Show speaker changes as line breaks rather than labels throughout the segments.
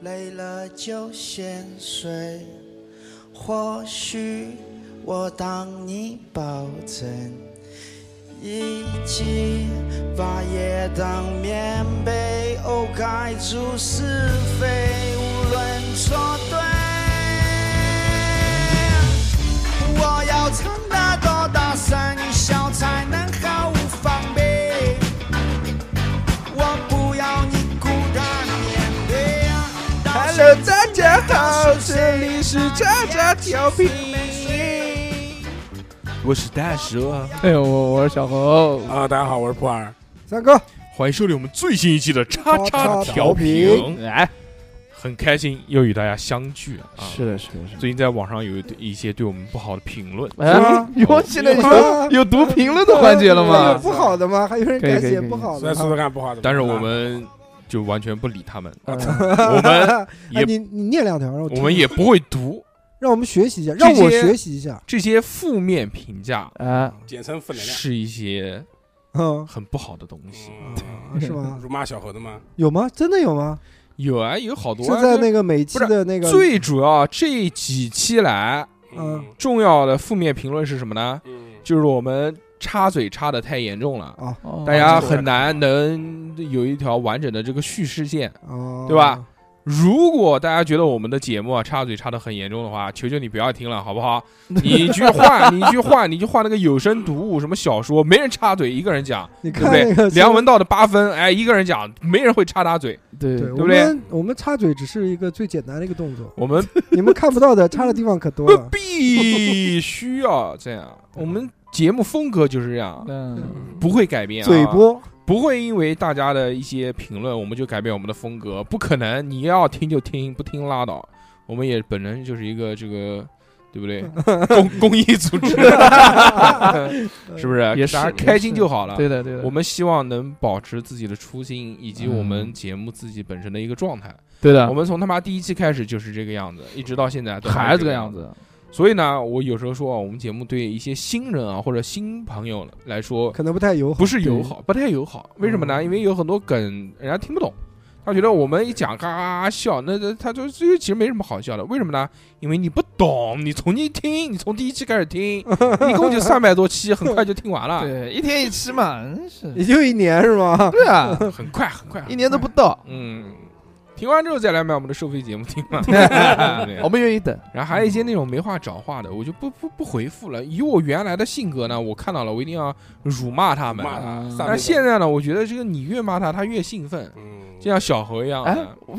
累了就先睡。或许我当你保证，一起把夜当棉被，哦，盖住是非，无论错对。我要唱得多大声，你笑才能毫无防备。我不要你孤单面对。啊
Hello，大家好，这里是渣渣调频，我是大蛇
哎呦，我我是小猴，
啊，大家好，我是普洱。
三哥，
欢迎收听我们最新一期的叉叉调
叉叉
频，
哎，
很开心又与大家相聚啊！
是的，是的，是的，
最近在网上有一些对我们不好的评论，
哎，
哦
哟，现在
啊
有有读评论的环节了
还有
吗？
不好的吗？还有人
可以
敢
可以
写
可以
不好的
再
吗？
说说看不好怎么办
但是我们就完全不理他们，
嗯
我们
哎
也
你你念两条， 让我
我
听
们也不会读
让我们学习一下，
这
让我
些
学习一下。
这些负面评价，
啊，
简称负能量，
是一些
嗯，
很不好的东西。
嗯
啊 是吗？
辱骂小猴的吗？
有吗？真的有吗？
有啊，有好多
是
啊。
在
就
那个每期
不是
的那个
最主要这几期来
嗯
重要的负面评论是什么呢？
嗯，
就是我们插嘴插的太严重了。
啊
哦
大家很难能有一条完整的这个叙事线。
啊，
对吧？如果大家觉得我们的节目啊插嘴插的很严重的话，求求你不要听了，好不 好？ 你去换，你去换，你去换那个有声读物，什么小说，没人插嘴，一个人 讲，
你
对不
看那
对
个？
梁文道的八分，哎，一个人讲，没人会插他嘴。
对
对，
不
我
对
们我们插嘴只是一个最简单的一个动作，
我们。
你们看不到的插的地方可多了
必须要这样，我们节目风格就是这样，
嗯，
不会改变、啊。
嘴播，
不会因为大家的一些评论，我们就改变我们的风格，不可能。你要听就听，不听拉倒。我们也本人就是一个这个，对不对？ 公公益组织， 是不是？
也是
大家
也
开心
是啊
就好了。
对的，对的，
我们希望能保持自己的初心，以及我们
嗯
节目自己本身的一个状态。
对的，
我们从他妈第一期开始就是这个样子，一直到现在都
还
这
是这个
样
样。子，
所以呢，我有时候说啊，我们节目对一些新人啊或者新朋友来说，
可能不太友好。
不是友好，不太友好。为什么呢？
嗯
因为有很多梗人家听不懂，他觉得我们一讲嘎嘎嘎笑，那那他就这其实没什么好笑的。为什么呢？因为你不懂，你从你听，你从第一期开始听，一共就三百多期，很快就听完了，
对，一天一期嘛，真是，
也就一年是吗？
对啊，
很快很快，
一年都不到，
嗯。听完之后再来买我们的收费节目听嘛， 对啊
我们愿 意等，
然后还有一些那种没话找话的，我就不不不回复了。以我原来的性格呢，我看到了我一定要辱骂他们。
骂他，
嗯
上
但
面
现在呢，我觉得这个你越骂他，他越兴奋。
嗯，
就像小猴一样啊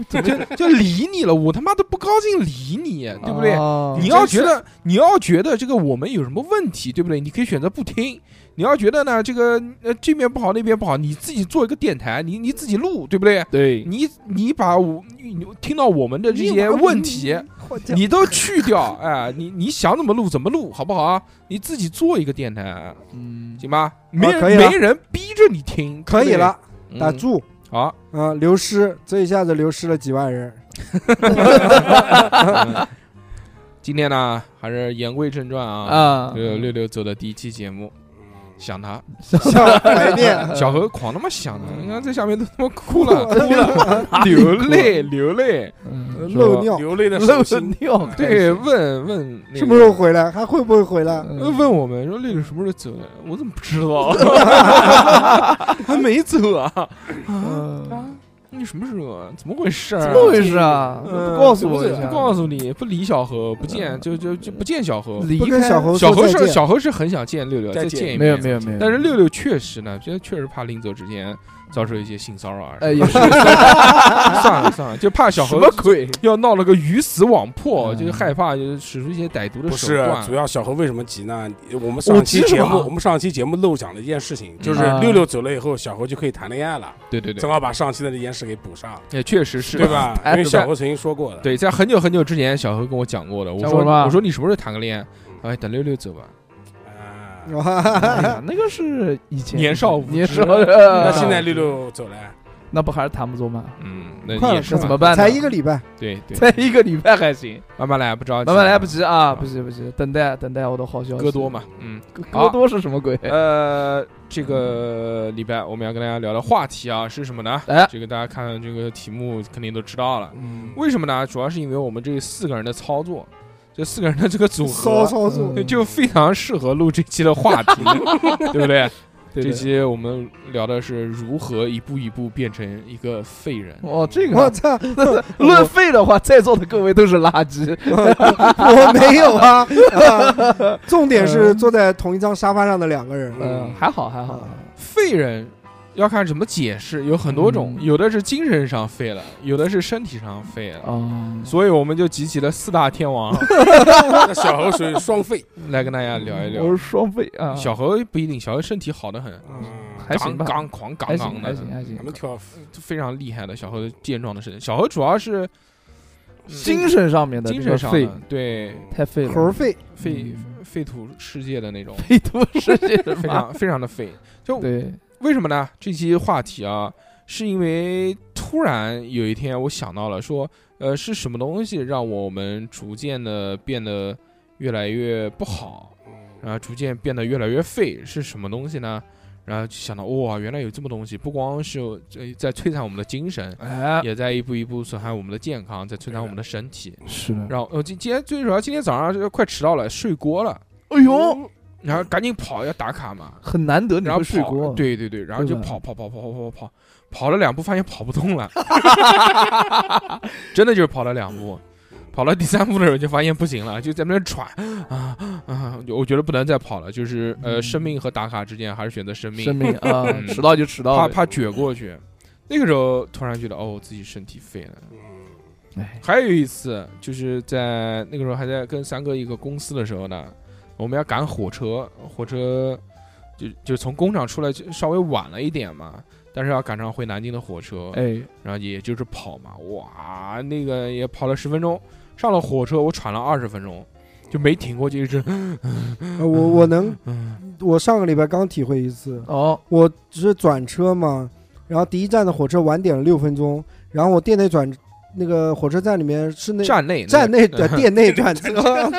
哎
的，就 就理你了，我他妈都不高兴理你，对不对？
哦
你要觉得你要觉得这个我们有什么问题，对不对？你可以选择不听。你要觉得呢，这个呃这边不好那边不好，你自己做一个电台，你你自己录，对不对？
对，
你你把我你你听到我们的这些问题，
嗯
你都去掉，哎，你你想怎么录怎么录，好不好啊？你自己做一个电台，
嗯，
行吧？没人、
哦可以了
没人逼着你听，
可以了，
对不对，
打
嗯
住
好。
啊！流失，这一下子流失了几万 人。
嗯今天呢，还是言归正传啊。
啊，
六六六走的第一期节目，
嗯
想他，
像怀 念，
呃
小何狂他妈想他，
嗯
你看在下面都他妈哭 了，哭了，流泪流泪。
嗯
漏尿，
流泪的手
漏
心，
尿，
对，问问那个
什么时候？回来？还会不会回来？
呃
嗯
问我们说六六什么时候走的？我怎么不知 道？还没走啊？
嗯
你什么时候啊？怎么回事儿啊？
怎么回事啊？
嗯
不告诉我一下，
不告诉你，不理小何，不见就就就不见小何。
离
不跟
开
小猴
小何
说再
是
见。
小何是很想见六六，再
再见
见一面。
没有没有没有，
但是六六确实呢，觉得确实怕临走之前遭受一些性骚扰啊。
哎也 是
算了算了，就怕小
什
何
么鬼？
要闹了个鱼死网破，
嗯
就是害怕就是使出一些歹毒的
不
手
是，啊主
段。
要小何为什么急呢？我们
我
上
急
期
什
节
么
目，我们上期节目漏讲了一件事情，就是
嗯
六六走了以后，小何就可以谈恋爱了，
对对对
正，好把上期的这件事给补上，
也确实是
对？吧？
哎
因为小何曾经说过的，，
对，在很久很久之前，小何跟我讲过的。我
讲
说
过了吧
我说你什么时候谈个恋爱？
嗯
哎，等六六走吧。
哦
啊，
哎呀那个是以前
年少无知
年少，
那
那
现在六六走了，
那不还是谈不作吗？
嗯，那
快了
也
快
是
了
怎么办呢？
才一个礼拜，
对对，
才一个礼拜还行，
慢慢来，不着急，
慢慢来，不急啊，
啊
不急不急，等待等待我的好消息。
戈多嘛，嗯，
戈，
好
戈多是什么鬼？
呃，这个礼拜我们要跟大家聊的话题啊是什么呢？
哎
这个大家看这个题目肯定都知道了，
嗯，
为什么呢？主要是因为我们这四个人的操作，这四个人的这个组
骚
合
操作
嗯，
就非常适合录这期的话 题，对不对？
对
这
对
期我们聊的是如何一步一步变成一个废人。
哦，这个
我
啊
操，
论废的话，在座的各位都是垃 圾。
我没有啊。啊重点
嗯
是坐在同一张沙发上的两个人，
嗯，还好还好。
啊废人要看怎么解释，有很多种，
嗯
有的是精神上废了，有的是身体上废了。
哦，
所以我们就集齐了四大天王
那小猴属于双肺，
来跟大家聊一聊。
我是双废啊，
小何不一定，小何身体好的很，
嗯，
还行
杠
吧
杠狂杠
还
杠
行
的
还，行还行
嗯
咱，们挑
非常厉害的小何健壮的身体。小何主要是嗯
精神上面的
精
这个
神上
废
的对
太废
猴
了，
费
废
嗯
废土世界的那种，
废土世界的
非
妈
常非常的 废。就
对，
为什么呢？这期话题啊，是因为突然有一天我想到了说，呃，是什么东西让我们逐渐的变得越来越不好，
嗯
然后逐渐变得越来越废，是什么东西呢？然后就想到，哇，原来有这么东西，不光是呃在摧残我们的精神，
哎，
也在一步一步损害我们的健康，在摧残我们的身体。
是的，
然后，呃，今今天最主要，今天早上就快迟到了，睡锅了，
哎呦，
然后赶紧跑要打卡嘛，
很难得你
哦然后
会睡
跑
过，，
对对对，然后
对
就
吧
跑跑跑跑跑跑跑，跑了两步发现跑不动了，真的就是跑了两步，跑了第三步的时候就发现不行了，就在那边喘啊啊，就我觉得不能再跑了，就是呃，
嗯
生命和打卡之间还是选择生命，
生命 啊，
嗯
迟到就迟到
怕
呗，
怕撅过去。那个时候突然觉得哦，自己身体废了。
哎，
还有一次就是在那个时候还在跟三哥一个公司的时候呢，我们要赶火车，火车就就从工厂出来就稍微晚了一点嘛，但是要赶上回南京的火车，
哎，
然后也就是跑嘛，哇，那个也跑了十分钟，上了火车我喘了二十分钟，就没停过，就一直
呃我我能，
嗯
我上个礼拜刚体会一次，
哦，
我只是转车嘛，然后第一站的火车晚点了六分钟，然后我店内转那个火车站里面是那
站 内
站内
的
嗯
转店内转车，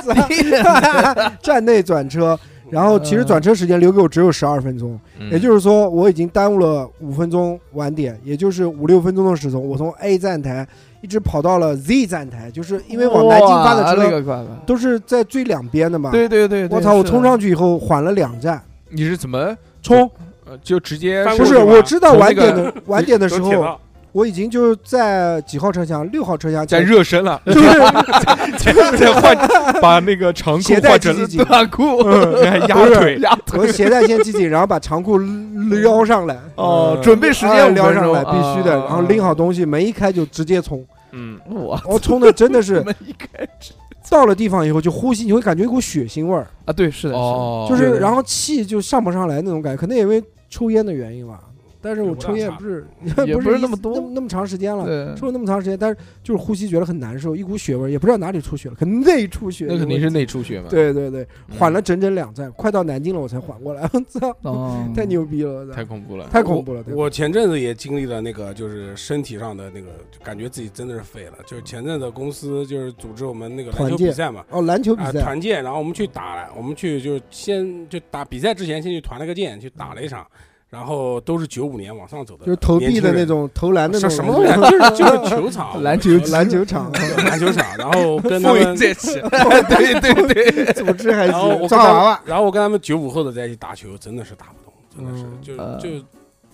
站内转车，然后其实转车时间留给我只有十二分钟，
嗯
嗯
也就是说我已经耽误了五分钟晚点，也就是五六分钟的时钟，我从 A 站台一直跑到了 Z 站台，就是因为往南京发的
哇那
车
个快快，
都是在最两边的嘛。
对对对，对
我操！我
是
冲上去以后缓了两站，
你是怎么
冲
呃就直接
翻
不
过
是
去吧
我知道
从
晚
那个
点的 晚点的时
都铁
候，
道
我已经就是在几号车厢，六号车厢
在
前
热身了，
就是
再换把那个长裤
鞋带
换
系
成
紧紧，
短裤，
压腿，
压
我鞋带先系紧，然后把长裤撩上来，
哦，准备时
哎
间
撩
聊
上来必须的，然后拎好东西，门一开就直接冲，
嗯，
我
我冲的真的 是
们一开始
到了地方以后就呼吸，你会感觉一股血腥味儿，
啊，对，是的，
哦，
就
对
是
对
然后气就上不上来那种感觉，可能也因为抽烟的原因吧。但是我
我
抽烟
大
不是
也
不
不
是
是
一
那么
次
多
那那么长时间了，
对，
抽了那么长时间，但是就是呼吸觉得很难受，一股血味儿，也不知道哪里出血了，可能内出血。
那肯定是内出血嘛，
对对对，
嗯，
缓了整整两站，快到南京了我才缓过来，我操，
哦，
太牛逼了，我操
太恐怖了。
太恐怖了，对吧
嗯我前阵子也经历了那个，就是身体上的那个，就感觉自己真的是废了。就是前阵子公司就是组织我们那个篮
团
球
建
比赛嘛，
哦，篮球比
啊、
赛，
团建，然后我们去打了，我们去就是先就打比赛之前先去团了个建，去打了一场，然后都是九五年往上走的，
就是投币的那种投篮的
年轻人，
那
什
种哦
什么东西、啊，就是就是球场，
篮球
篮球场
篮球场，然 后跟他
风云
们，
再 起，对对对，
组织还
然后
行，
我跟
抓
他
娃
们
娃，
然后我跟他们九五后的在一起打球，真的是打不动，真的是、
嗯
就
呃
就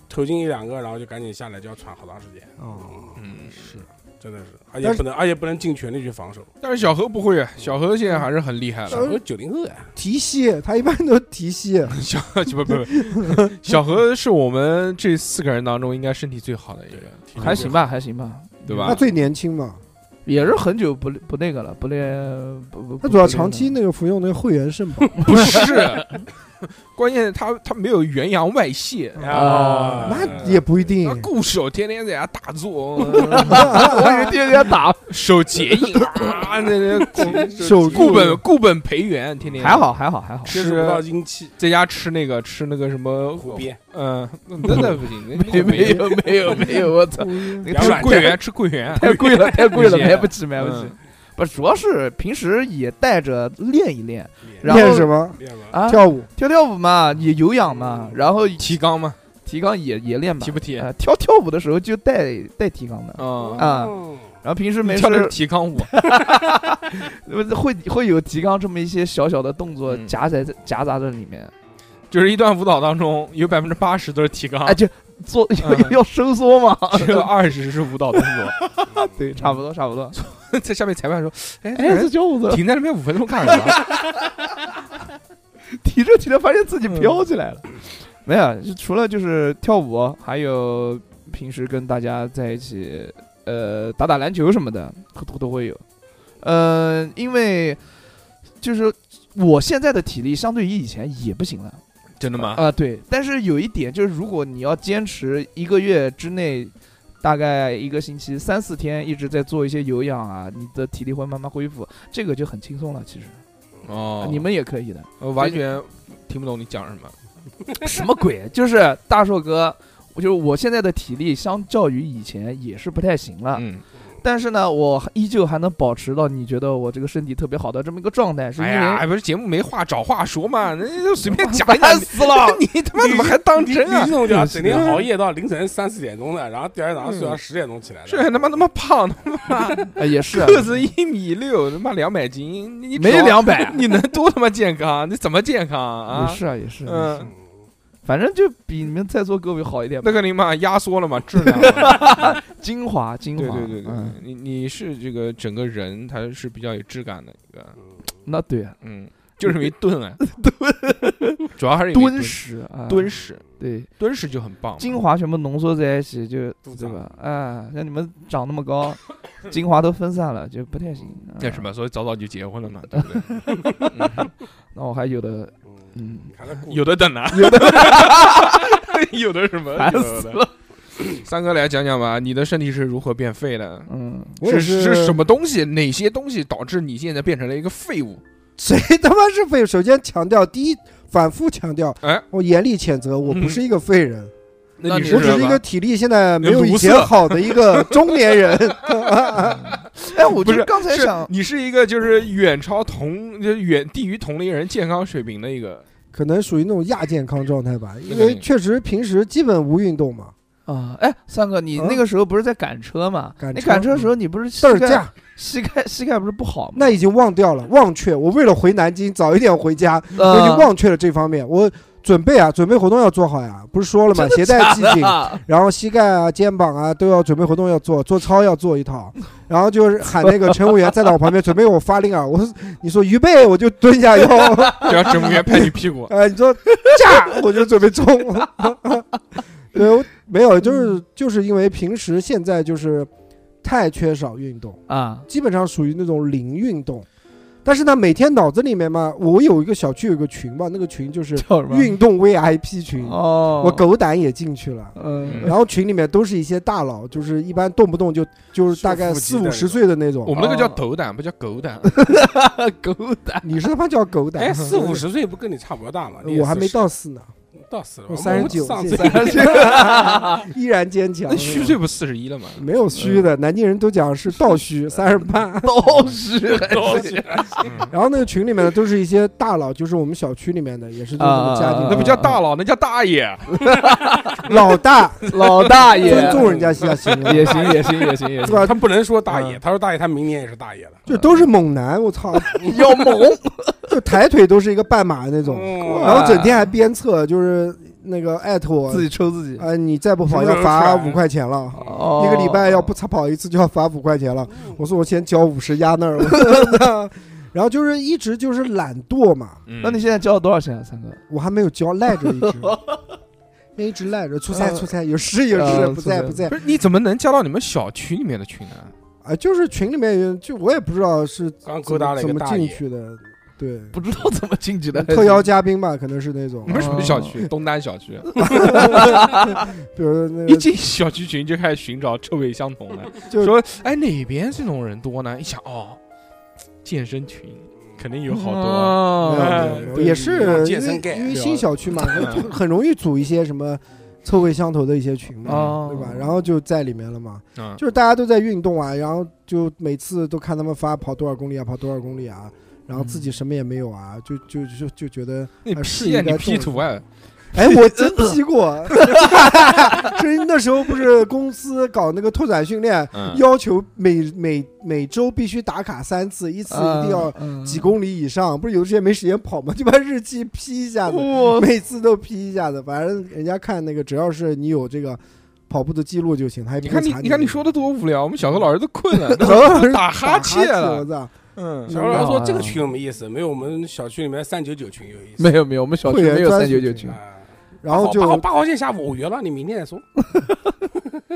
投进一两个，然后就赶紧下来就要喘好长时间，
哦，
嗯
是。真的是，而
但
且
是
不能，而且不能尽全力去防守。
但是小何不会啊，小何现在还是很厉害
小
了。
时候九零后呀，
提膝，他一般都提膝，
小不不不，小何是我们这四个人当中应该身体最好的一个，
挺
还行吧，还行吧，
对
他
吧？
最年轻嘛，
也是很久不不那个了，不练不不，
他主要长期那个服用那个汇源肾宝，
不是， 关键他他没有元阳外泄，
啊，
那也不一定
他，固守天天在家打坐，
啊
我以为天天 打，
手结印啊，那那固
手
固本固本培元，天天
还好还好还好，
接触不到阴气，
在家吃那个吃那个什么
虎，鞭，
嗯，那那不行，那
没没有没有没有，我操，那个
然后
太
桂
贵
圆吃桂圆，
太贵了太贵了，
理解
买 不起买不起
嗯。
不，主要是平时也带着练一练
哦
然后
练什么
练吧，
啊，嗯
跳舞？
跳跳舞嘛，也有氧嘛，然后
提纲吗？
提纲也也练 吧
提。不提？
呃，跳跳舞的时候就带带提纲的，
嗯
啊
哦，
然后平时没事
跳的是
儿
提纲舞，
呃会会有提纲这么一些小小的动作
嗯
夹在夹杂在里面，
就是一段舞蹈当中有百分之八十都是提纲
哎，，就做要
嗯
要收缩嘛，
只有二十是舞蹈动 作。
对，差 不多差不多。
在下面裁判说：“哎，这
哎，这
人
叫我
停在那边五分钟干什么
提着提着发现自己飘起来了。没有，就除了就是跳舞，还有平时跟大家在一起，呃，打打篮球什么的，都都会有。呃，因为就是我现在的体力相对于以前也不行了？”
真的
啊、
吗？
对。但是有一点就是，如果你要坚持一个月之内。大概一个星期三四天一直在做一些有氧啊，你的体力会慢慢恢复，这个就很轻松了。其实、
哦，
啊你们也可以的。
我完全听不懂你讲什么。
什么鬼？就是大硕哥，我就是我现在的体力相较于以前也是不太行了，
嗯，
但是呢，我依旧还能保持到你觉得我这个身体特别好的这么一个状态，是因
哎
为、
呀，不是节目没话找话说嘛，那就随便 讲一
烦
讲。！
死了
你 他妈怎么还当真
你
啊
这？种叫整天
嗯
熬夜到凌晨三四点钟的，然后第二天早上睡到十点钟起来的，
这他妈那么胖，他妈
哎也是啊，
个子一米六，他妈两百斤，你
没
指望，
两百啊
你能多他妈健康？你怎么健康啊？
也是啊也是啊，
嗯
也是反正就比你们在座各位好一点吧。
那个你嘛压缩了嘛，质量嘛。
精华精华，
对对对对，
嗯，
你你是这个整个人他是比较有质感的一个，
那对啊
嗯，就是没钝啊，钝，主要还是因为
敦实啊，
敦实，
对
敦实就很棒嘛。
精华全部浓缩在一起就
肚子
对吧？啊，像你们长那么 高，精华都分散了，就不太行。啊
那什么，所以早早就结婚了嘛，对不对？嗯
那我还有的，
嗯，
嗯，
你看他故
有的等啊，有的有的什么，
烦
有
死
的。三哥来讲讲吧，你的身体是如何变废的？
嗯，
我也
是是什么东西？哪些东西导致你现在变成了一个废物？
谁他妈是废？首先强调，第一反复强调，
哎，
我严厉谴责，我不是一个废人，
那你
那
我
是
只是一
吧
个体力现在没有以
卢
前
瑟
好的一个中年人。
哎，我
不
就是刚才
是
想，
你是一个就是远超同就是远低于同龄人健康水平的一个，
可能属于那种亚健康状态吧，
那
因
肯
为
定
确实平时基本无运动嘛，
啊，哎，三哥，你
嗯
那个时候不是在赶车吗？
赶
你
车嗯
赶车的时候，你不是膝
事儿
盖
架
膝盖膝盖不是不好吗？
那已经忘掉了，忘却。我为了回南京早一点回家，我已经
呃，
忘却了这方面。我准备啊，准备活动要做好呀，不是说了吗？携带系紧，
啊，
然后膝盖啊、肩膀啊都要准备活动要做， 做操要做一套，然后就是喊那个乘务员站在我旁边准备我发令啊，我说你说预备我就蹲下腰，。
就要整务员拍你屁股
哎你说架我就准备冲， 对，我没有就是就是因为平时现在就是太缺少运动，
啊，
基本上属于那种零运动，但是呢每天脑子里面嘛，我有一个小区有一个群嘛，那个群就是
叫什么？
运动 VIP 群，
哦，
我，狗胆也进去了。
嗯，
然后群里面都是一些大佬，就是一般动不动就就是大概
是腹肌
四
的
五
那
十
种
岁的那种
我。们那个叫
哦
斗胆，不叫狗胆。
狗胆，
你是他妈叫狗胆？啊
哎，四五，十岁不跟你差不多大吗？你
嗯
也
我还没
40
到四呢，
到四了吧，
我39
上
现
次
在依然坚强
那。虚岁不四十一了吗？
没有虚的，南京人都讲是倒虚，三十八。
都是
都是
然后那个群里面的都是一些大佬，就是我们小区里面的，也是就是我们家
啊
庭
那
的
不叫大佬，那叫大爷。
老大，
老大爷，
尊重人家要行了，
哎也行也行也行也
是
行，
吧嗯
他？不能说大爷，他说大爷，他明年也是大爷了。
就都是猛男，我操，
要猛，
就抬腿都是一个半马那种，
嗯
然后整天还鞭策，就是那个艾特我
自己抽自己，
啊，你再不跑
是不
要
是
罚
出
五
来
块钱了。
哦，
一个礼拜要不擦跑一次就要罚五块钱了。我说我先交五十压那儿， 然后就是一直就是懒惰嘛，
那
嗯那你现在交了多少钱啊，三哥？
我还没有交，赖着一 直，那一直赖着，出差
呃
出差，有事有
呃
事，
出
不在
差
不在哎
不是你怎么能加到你们小区里面的群呢？
啊，就是群里面有就我也不知道是
刚勾搭了一
怎
个
么
大
进
爷，
去的，对，
不知道怎么晋级的，
嗯特邀嘉宾吧，可能是那种
你，们什么小区？东单小区，
比如那
一
个
进小区群就开始寻找臭味相同的，
就
说哎哪边这种人多呢？一想哦，健身群肯定有好
嗯
多。
啊
啊
没有
多
没有没有
对
哎也是
有
因
健
为
身 gay，
因为
对吧
新小区 嘛，
嗯
很容易组一些什么臭味相投的一些群嘛
哦，
对吧？然后就在里面了嘛，
嗯，
就是大家都在运动啊，然后就每次都看他们发跑多少公里啊，跑多少公里啊，然后自
嗯
己什么也没有啊，就就就就觉得，
你
啊是
P 啊
应该
你 P
重视
图案，
哎，我真 P 过， 是那时候不是公司搞那个拓展训练，
嗯，
要求每每每周必须打卡三次，一次
嗯
一定要
嗯
几公里以上，不是有些没时间跑嘛，就把日记 P 一下子，
哦
我
每次都 P 一下子，反正人家看那个，只要是你有这个跑步的记录就行，他也不
你
会
看你
查
你看你说的多无聊，我们小何老师都 困了，
小何老师
打哈欠
了，我
了。
操！
嗯，
小
嗯
老师说
啊
这个群有没意思，没有我们小区里面三九九群有 意思。
没有没有，我们小区没有
会员专
三
属
九
群
九群，
啊，
然后
八号
就
八号线下午我约了你，明天再说。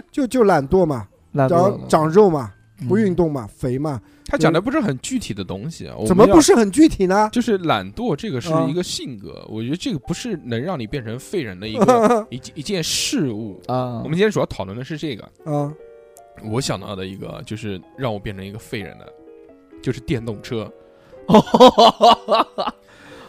就就懒惰嘛，
然
然后长肉嘛，
嗯
嗯
不运动嘛，肥嘛，
他讲的不是很具体的东西啊，我
嗯
们
怎么
要
不？是很具体呢？
就是懒惰，这个是
啊
一个性格，我觉得这个不是能让你变成废人的 一个一一件事物。
啊，
我们今天主要讨论的是这个，
啊，
我想到的一个就是让我变成一个废人的，就是电动车。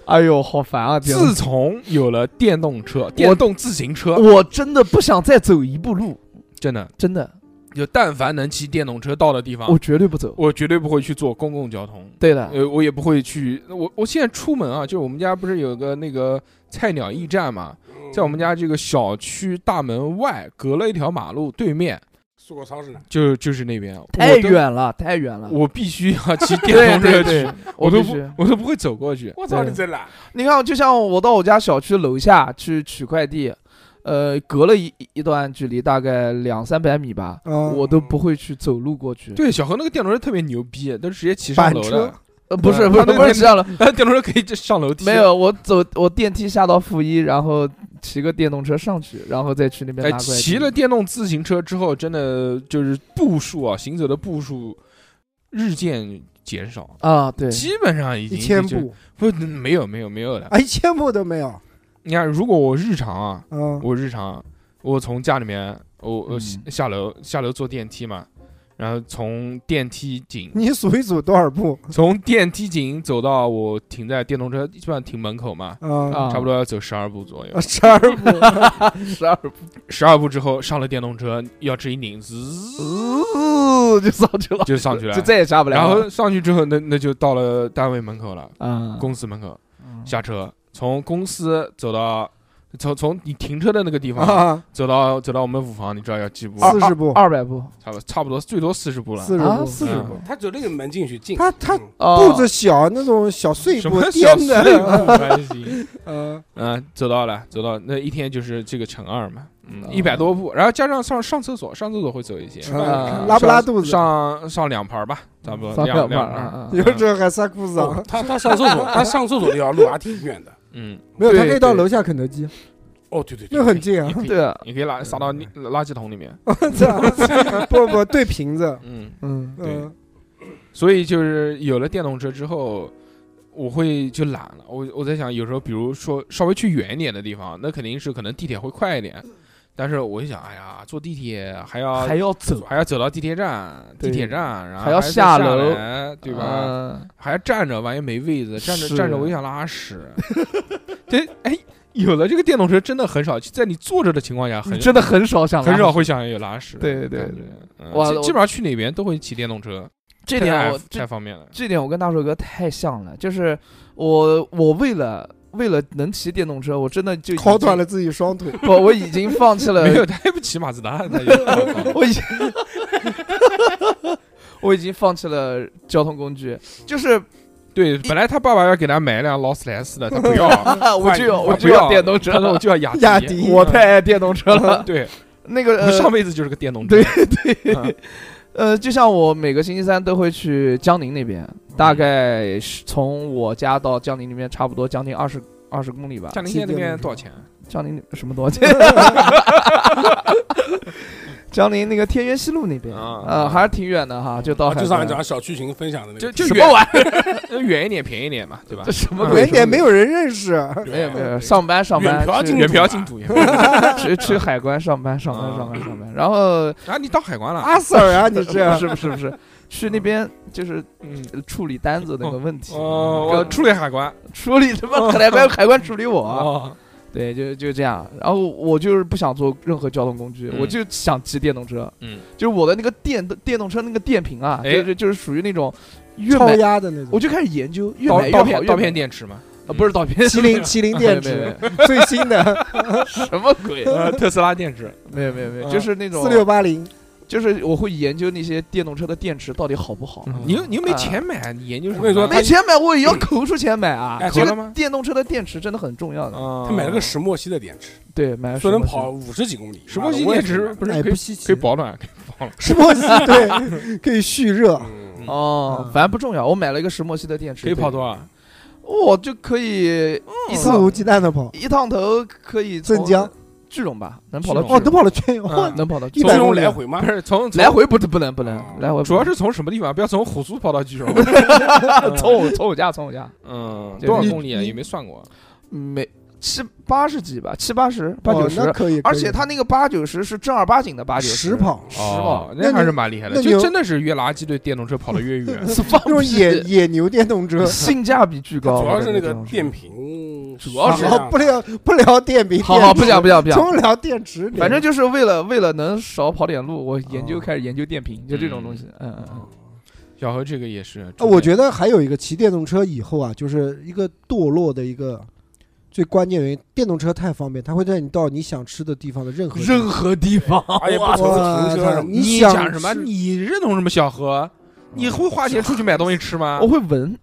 哎呦，好烦啊！天
自从有了电动车、电动自行车，
我真的不想再走一步路，
真的
真的，
就但凡能骑电动车到的地方，
我
我
绝对不走。
啊我绝对不会去坐公共交通。
对的，
呃，我也不会去。我我现在出门啊，就是我们家不是有个那个菜鸟驿站嘛，在我们家这个小区大门外隔了一条马路，对面
蔬果超市呢，
就就是那边，
太
我都，
远了，太远了。
我必须 要骑
对
电动车
对
去
对，，
我都
必
不
须。
我都不会走过去。
我操
对
你真懒，
你看，就像我到我家小区楼下去取快递，呃，隔了一一段距离，大概两三百米吧，
啊，
我都不会去走路过去。
对，小何那个电动车特别牛逼，都是直接骑上
板
楼
车
的，
呃，不是
对啊
不
他
是
那
不是
天
这样了，
但电动车可以上楼梯。哎
没，有，我走我电梯下到负一，然后骑个电动车上去，然后再去那边
哎，
拿快递。
骑了电动自行车之后，真的就是步数啊，行走的步数日渐减少，
啊，对，
基本上已经
一千
就
步
不，没有没有没有的。
啊，一千步都没有
你看，如果我日常啊，
啊，
我日常，我从家里面，我我
嗯
下下楼下楼坐电梯嘛，然后从电梯井，
你数一数多少步
从电梯井走到我停在电动车，基本上停门口嘛，
啊？
啊
差不多要走十二步左右。
十二步，
十二步，
十二步之后上了电动车，要这一拧，滋
呜就上去了，
就上去了
就。再也下不来
然
了。
后上去之后，那那就到了单位门口了，
啊，
公司门口
嗯
下车，从公司走到从从你停车的那个地方
啊，
走到走到我们五房，你知道要几步？啊
四十步，
二百步，
差不多差不多最多四十步了。
四十
啊
步，
四
十步
嗯
他走那个门进去进。
他他
嗯
哦
步子小那种小碎
什
步
么小
颠
碎
的，
步还行
嗯，
嗯，走到了，走到那一天就是这个乘二嘛，嗯
啊，
一百多步，然后加上上上厕所，上厕所会走一些，
啊
嗯
拉不拉
上
肚子
上上两盘吧，差不多
三
两
百步
两
啊
盘，，
有时候还撒裤子
哦
啊，
他他上厕所，他上厕所那条路还挺远的。
嗯，
没有，他
对
可以到
对
楼下肯德基，
哦，对对对，
那很近啊
你，可以
对啊
你可以拉撒到你垃圾桶里面，
不不对瓶子，
嗯，
嗯
对
嗯，
所以就是有了电动车之后，我会就懒了。我我在想，有时候比如说稍微去远一点的地方，那肯定是可能地铁会快一点，但是我一想，哎呀，坐地铁还要
嗯还要走，
还要走到地铁站，
对
地铁站，然后
还要
再下
下楼
来，对吧？
嗯？
还要站着，万一没位子，站着
是
站着我就想拉屎。 对，哎，有了这个电动车，真的很少在你坐着的情况下，很
真的很少想拉
很少会想有拉屎的感觉。
对对对
嗯
哇
基
我
基本上去哪边都会骑电动车，
这点
太
我这
太方便了。
这点我跟大手哥太像了，就是我我为了为了能骑电动车，我真的就已经
烤断了，自己双腿，
不，我已经放弃 了，
没有，他也不骑马自达，他 也
我已经我已经放弃了交通工具，就是
对。本来他爸爸要给他买一辆劳斯莱斯的，他不 要，
啊，我就要
他
我
不
就要
要
电动车
他说我
了，
就要 雅
雅迪
我太爱电动车 了。
对，
那个
我
呃
上辈子就是个电动车
对。对，呃，就像我每个星期三都会去江宁那边，大概是从我家到江宁那边差不多将近二十二十公里吧。
江宁县那边多少钱？
江宁什么多少钱？ 江宁那个天元西路那边
啊
啊，还是挺远的哈，就到
啊
海
就上
边
一讲小区群分享的那
就
个，
就
什么
远玩意 儿，远一点便宜一点嘛，对吧
这？什么鬼？
远点啊没有人认识，
啊
没有没有，上班上班，
远嫖
去
进
远漂进度远漂。
去去海关上班上班
啊
上班上班，然后
啊，你到海关了？
阿 Sir 啊，你
不
这
是不是不是去那边就是
嗯，
呃处理单子那个问题，
哦，我出了海关。
处理他妈 海关海关处理我，
哦，
对，就就这样。然后我就是不想坐任何交通工具，
嗯
我就想骑电动车，
嗯，
就是我的那个电电动车那个电瓶啊，
哎
就是就是属于那种越
超
买
压的那种
我。就开始研究越
刀
买越
刀
好，
片
越
刀
买
片电池吗？
啊不是盗片，
麒麟麒麟电池最新的
什么鬼？
呃，特斯拉电池。
没有没有没有，
啊
就是那种
四六八零，
就是我会研究那些电动车的电池到底好不好。
你又你又没钱买，啊你研究什么？
我跟你说
没钱买我也要抠出钱买啊
哎！
这
抠了
个
吗
电动车的电池真的很重要的。
他
他买了个石墨烯的电池，
对，买了
嗯说
什
能
么
跑五十几公里，
石
妈
墨
的
烯
我也
电池，
想
啊不是
哎，
可
不
以
稀奇，
可以保暖？
石墨烯对，可以蓄热，
行
嗯
哦，反正不重要。我买了一个石墨烯的电池，
可以跑
对
多？少？
我就可以一
肆
趟
无忌惮的跑，
一趟头可以
镇
从
江
句容吧，能跑到
句
句
容
哦，
容
都跑了圈，
嗯
哇，
能跑到句
一
容
百
这种
公里
来回吗
不？是从从
来回不不能不
哦
能来回不能，
主要是从什么地方？不要从虎苏跑到句容。
从我从我家从我家
嗯，
对
多
你
少公里啊？
你
也没算过。
每七八十几吧，七八十八
哦
九十
那，可以，
而
可以
且他那个八九十是正儿八经的八九
实跑，
实跑，
那
那
还
你
是蛮厉害
那
的，
你
就
有
真的是越垃圾对电动车跑得越 远。
是放
那种
屁
野野牛电动车，
性价比巨高，
主要是那
我
个
感觉这
电
种
瓶，啊
主要是
然后
好不聊不聊电瓶，
好好不
电池
讲不讲不讲，
光聊电池，
反正就是为了为了能少跑点路，我研
哦
究开始研究电瓶，就这种东西，嗯嗯嗯，
小何这个也是，
呃我觉得还有一个骑电动车以后啊，就是一个堕落的一个最关键原因，电动车太方便，它会带你到你想吃的地方的任何地方
何地方
而且不愁
哇
停车
操
什么
哎你嗯
想
讲什么？
吃
你认同什么小何？你会花钱出去买东西吃吗
我？会闻，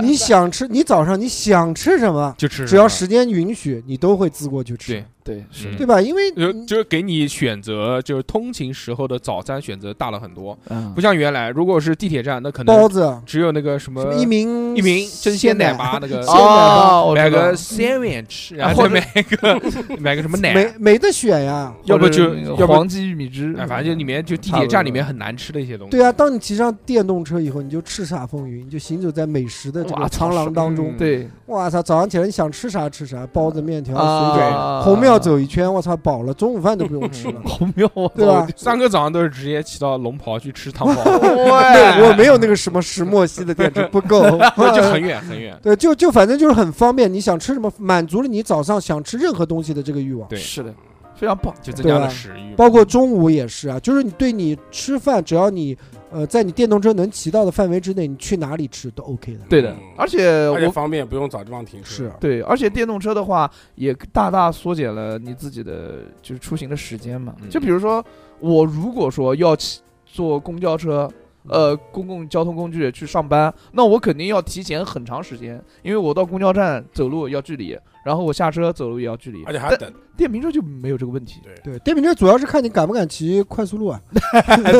你想吃，你早上你想吃什么，
就吃，
只要时间允许，你都会自过去吃，
啊对
对，是
嗯
对吧？因为
就
你
就是给你选择，就是通勤时候的早餐选择大了很多，
嗯
不像原来，如果是地铁站，那可
包
能
子啊
只有那个什么
什么一鸣
一鸣真鲜奶
奶
吧，那个
鲜奶吧
哦，我
买
知道
个 sandwich，然后再
或者
买个买个什么奶，
没没得选呀。
要不
或者
就
那个
要不
黄记玉米汁，
哎，反正就里面就地
差不
铁
多
站里面很难吃的一些东西。
对啊，当你骑上电动车以后，你就叱咤风云，你就行走在美食的这
哇
个长廊当中。
嗯
对
哇操！早上起来你想吃啥吃啥，包子、面条、水饺，
啊，，
红庙走一圈，我操，饱了，中午饭都不用吃了
红庙，我
对啊吧？
三哥早上都是直接骑到龙袍去吃汤包，，
对
那我没有那个什么石墨烯的电池，不够
那就很远很远。
对，就就反正就是很方便，你想吃什么，满足了你早上想吃任何东西的这个欲望，
对
是的，非常棒，
就增加
对
了
啊
食欲。
包括中午也是啊，就是你对你吃饭，只要你呃在你电动车能骑到的范围之内，你去哪里吃都 OK 的。
对的
嗯，
而且
而且
我
方便，不用找地方停车。
是，
对，而且电动车的话，也大大缩减了你自己的就是出行的时间嘛。
嗯
就比如说，我如果说要骑坐公交车，
嗯
呃，公共交通工具去上班，那我肯定要提前很长时间，因为我到公交站走路要距离，然后我下车走路也要距离。
而且还
但
等。
电瓶车就没有这个问 题。
对，电瓶车主要是看你敢不敢骑快速路啊，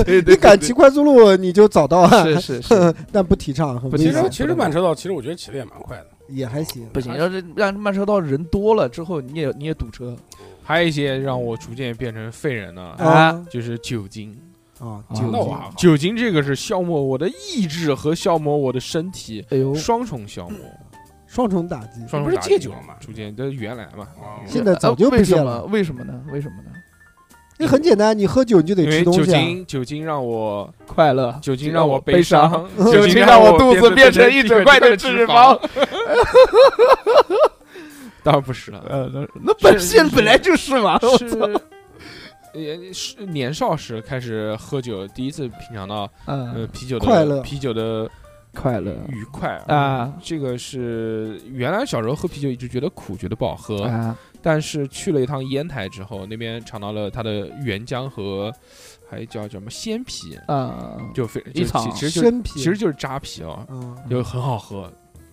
对
你敢骑快速路你就早到啊，
是是是，
但不提倡，很危
不
其
提
险啊
倡
实其实慢车道，其实我觉得骑的也蛮快的。
也还行。
不行，要是让慢车道人多了之后，你也你也堵车。
还有一些让我逐渐变成废人呢，
啊
就是酒精。
啊，
啊
酒精
那我还好，
酒精这个是消磨我的意志和消磨我的身体，
哎呦，
双重消磨，
双重打击，
哦双重
不是
打
戒
击
酒了吗
逐渐都原来嘛，嗯
现在早就
呃
不
为
戒
什
了
么？为什么呢？为什么呢？
那很简单，你喝酒你就得
因为
吃东
酒
西啊。
精酒精让我
快乐，
酒精让我
悲
悲
伤。
伤，
酒精
精
让我
我
肚子变成一整
整
块的脂
脂
肪。
当然不 是了，
呃，那那本
是
身
是
本来就是嘛，我
是
操，
也是年少时开始喝酒，第一次品尝到呃
嗯，
啤酒的
快乐
啤酒的
快乐
愉快
啊
这个是原来小时候喝啤酒一直觉得苦，觉得不好喝，
啊，
但是去了一趟烟台之后，那边尝到了它的原浆和还叫什么鲜啤，
嗯，
就非
一
就其
场
其实就是
生啤，
其实就是扎啤啊，
嗯，
就很好喝，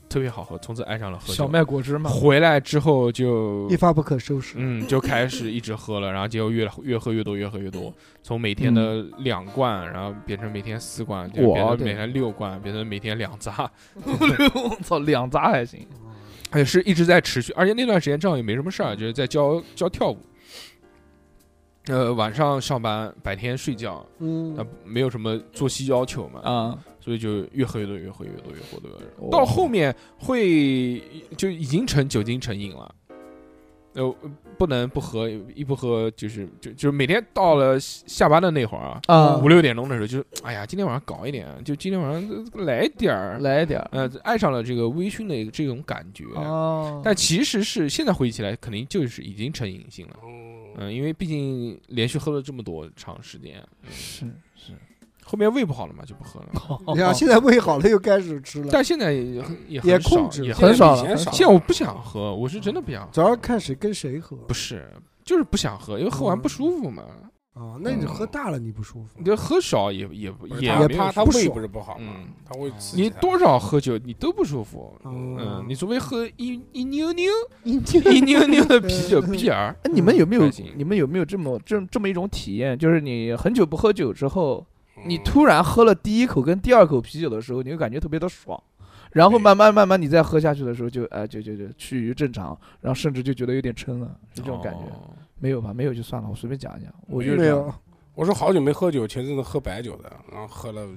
特别好喝，从此爱上了喝酒。
小麦果汁 嘛，
回来之后就
一发不可收拾。
嗯就开始一直喝了，然后结果越越喝越多，越喝越多，从每天的
嗯
两罐，然后变成每天四罐，就
哇
变成每
对
天六罐，变成每天两扎，
我操，两扎还行，
而
嗯
且是一直在持续，而且那段时间正好也没什么事儿，就是在教教跳舞。呃，晚上上班，白天睡觉，那
嗯，
没有什么作息要求嘛，
啊，
所以就越喝越多，越喝越多，越喝越
哦
多。到后面会就已经成酒精成瘾了，呃，不能不喝，一不喝就是就就是每天到了下班的那会儿啊，
啊
五六点钟的时候就哎呀，今天晚上搞一点，就今天晚上呃来点儿，
来一点儿
呃，爱上了这个微醺的这种感觉。
哦，
但其实是现在回忆起来，肯定就是已经成瘾性了。
嗯，
嗯，因为毕竟连续喝了这么多长时间，
是哦是，
后面胃不好了嘛，就不喝了。
你看现在胃好了又开始吃了，
但现在也很也
也
很少
控制嗯
也
很
很
少了
嗯以前
很
少
现在我不想喝，我是真的不想喝，
主要看谁跟谁喝。
不是，就是不想喝，因为喝完
嗯
不舒服嘛。
哦，那你喝大了你不舒服
你。就喝少也也
不是
也
他
没有
他他
不
胃
爽
不是不好嘛
嗯，
他胃刺激
你
他
多少喝酒你都不舒服。
哦
嗯，你除非喝一一妞妞
一
一妞妞的啤酒啤酒儿，
哎，你们有没有
还行
你们有没有这么这这么一种体验？就是你很久不喝酒之后，你
嗯
突然喝了第一口跟第二口啤酒的时候，你会感觉特别的爽，然后慢慢慢慢你再喝下去的时候就，哎就就就趋于正常，然后甚至就觉得有点撑了，是这种感觉？
哦
没有吧？没有就算了，我随便讲一讲，我就是
没
这样
有，
我是好久没喝酒，前阵子喝白酒的，然后喝了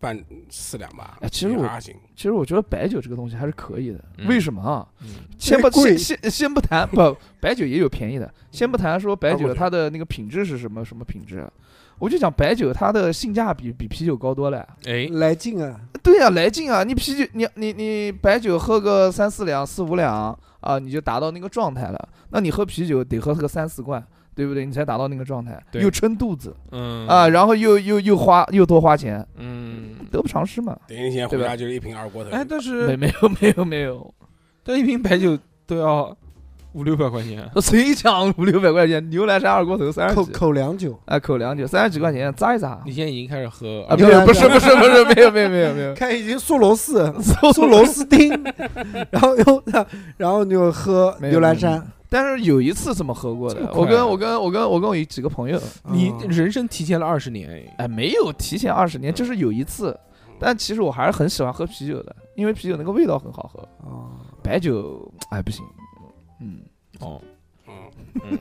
半四两吧，
哎其实我
也还行，
其实我觉得白酒这个东西还是可以的，
嗯
为什么啊？
嗯
先不
因为
先
贵
先先不谈，不白酒也有便宜的，先不谈说白
啊
酒
我觉得
它的那个品质是什么什么品质啊，我就讲白酒它的性价比比啤酒高多了。
哎，
来劲啊！
对呀、来劲啊！你啤酒，你你你白酒喝个三四两、四五两啊，你就达到那个状态了。那你喝啤酒得喝个三四罐，对不对？你才达到那个状态，
对
又撑肚子
嗯
啊，，然后又又又花又多花钱，
嗯，
得不偿失嘛。
等一天
对
回
吧
家就是一瓶二锅头。
哎，但
没
是
没有没有没有，
但一瓶白酒都要五六百块钱，啊
谁讲五六百块钱牛栏山二锅头三十
口
几
口凉酒，
啊，口凉酒三十几块钱咂一咂
你现在已经开始喝
啊，
二
不
牛
百
是
栏
不是
山，
不是不是没有没有没有没 有
看已经速龙寺、
搜
速龙斯汀， 然后又然后你又喝
没有
牛栏山，
但是有一次这么喝过
这么
的，
快
我跟
啊
我跟我跟我跟我一几个朋友，
你
嗯
人生提前了二十年哎，
哎，没有提前二十
嗯
年，就是有一次，但其实我还是很喜欢喝啤酒的，因为啤酒那个味道很好喝，
哦
嗯
白酒哎不行，嗯，
哦，
嗯，
嗯，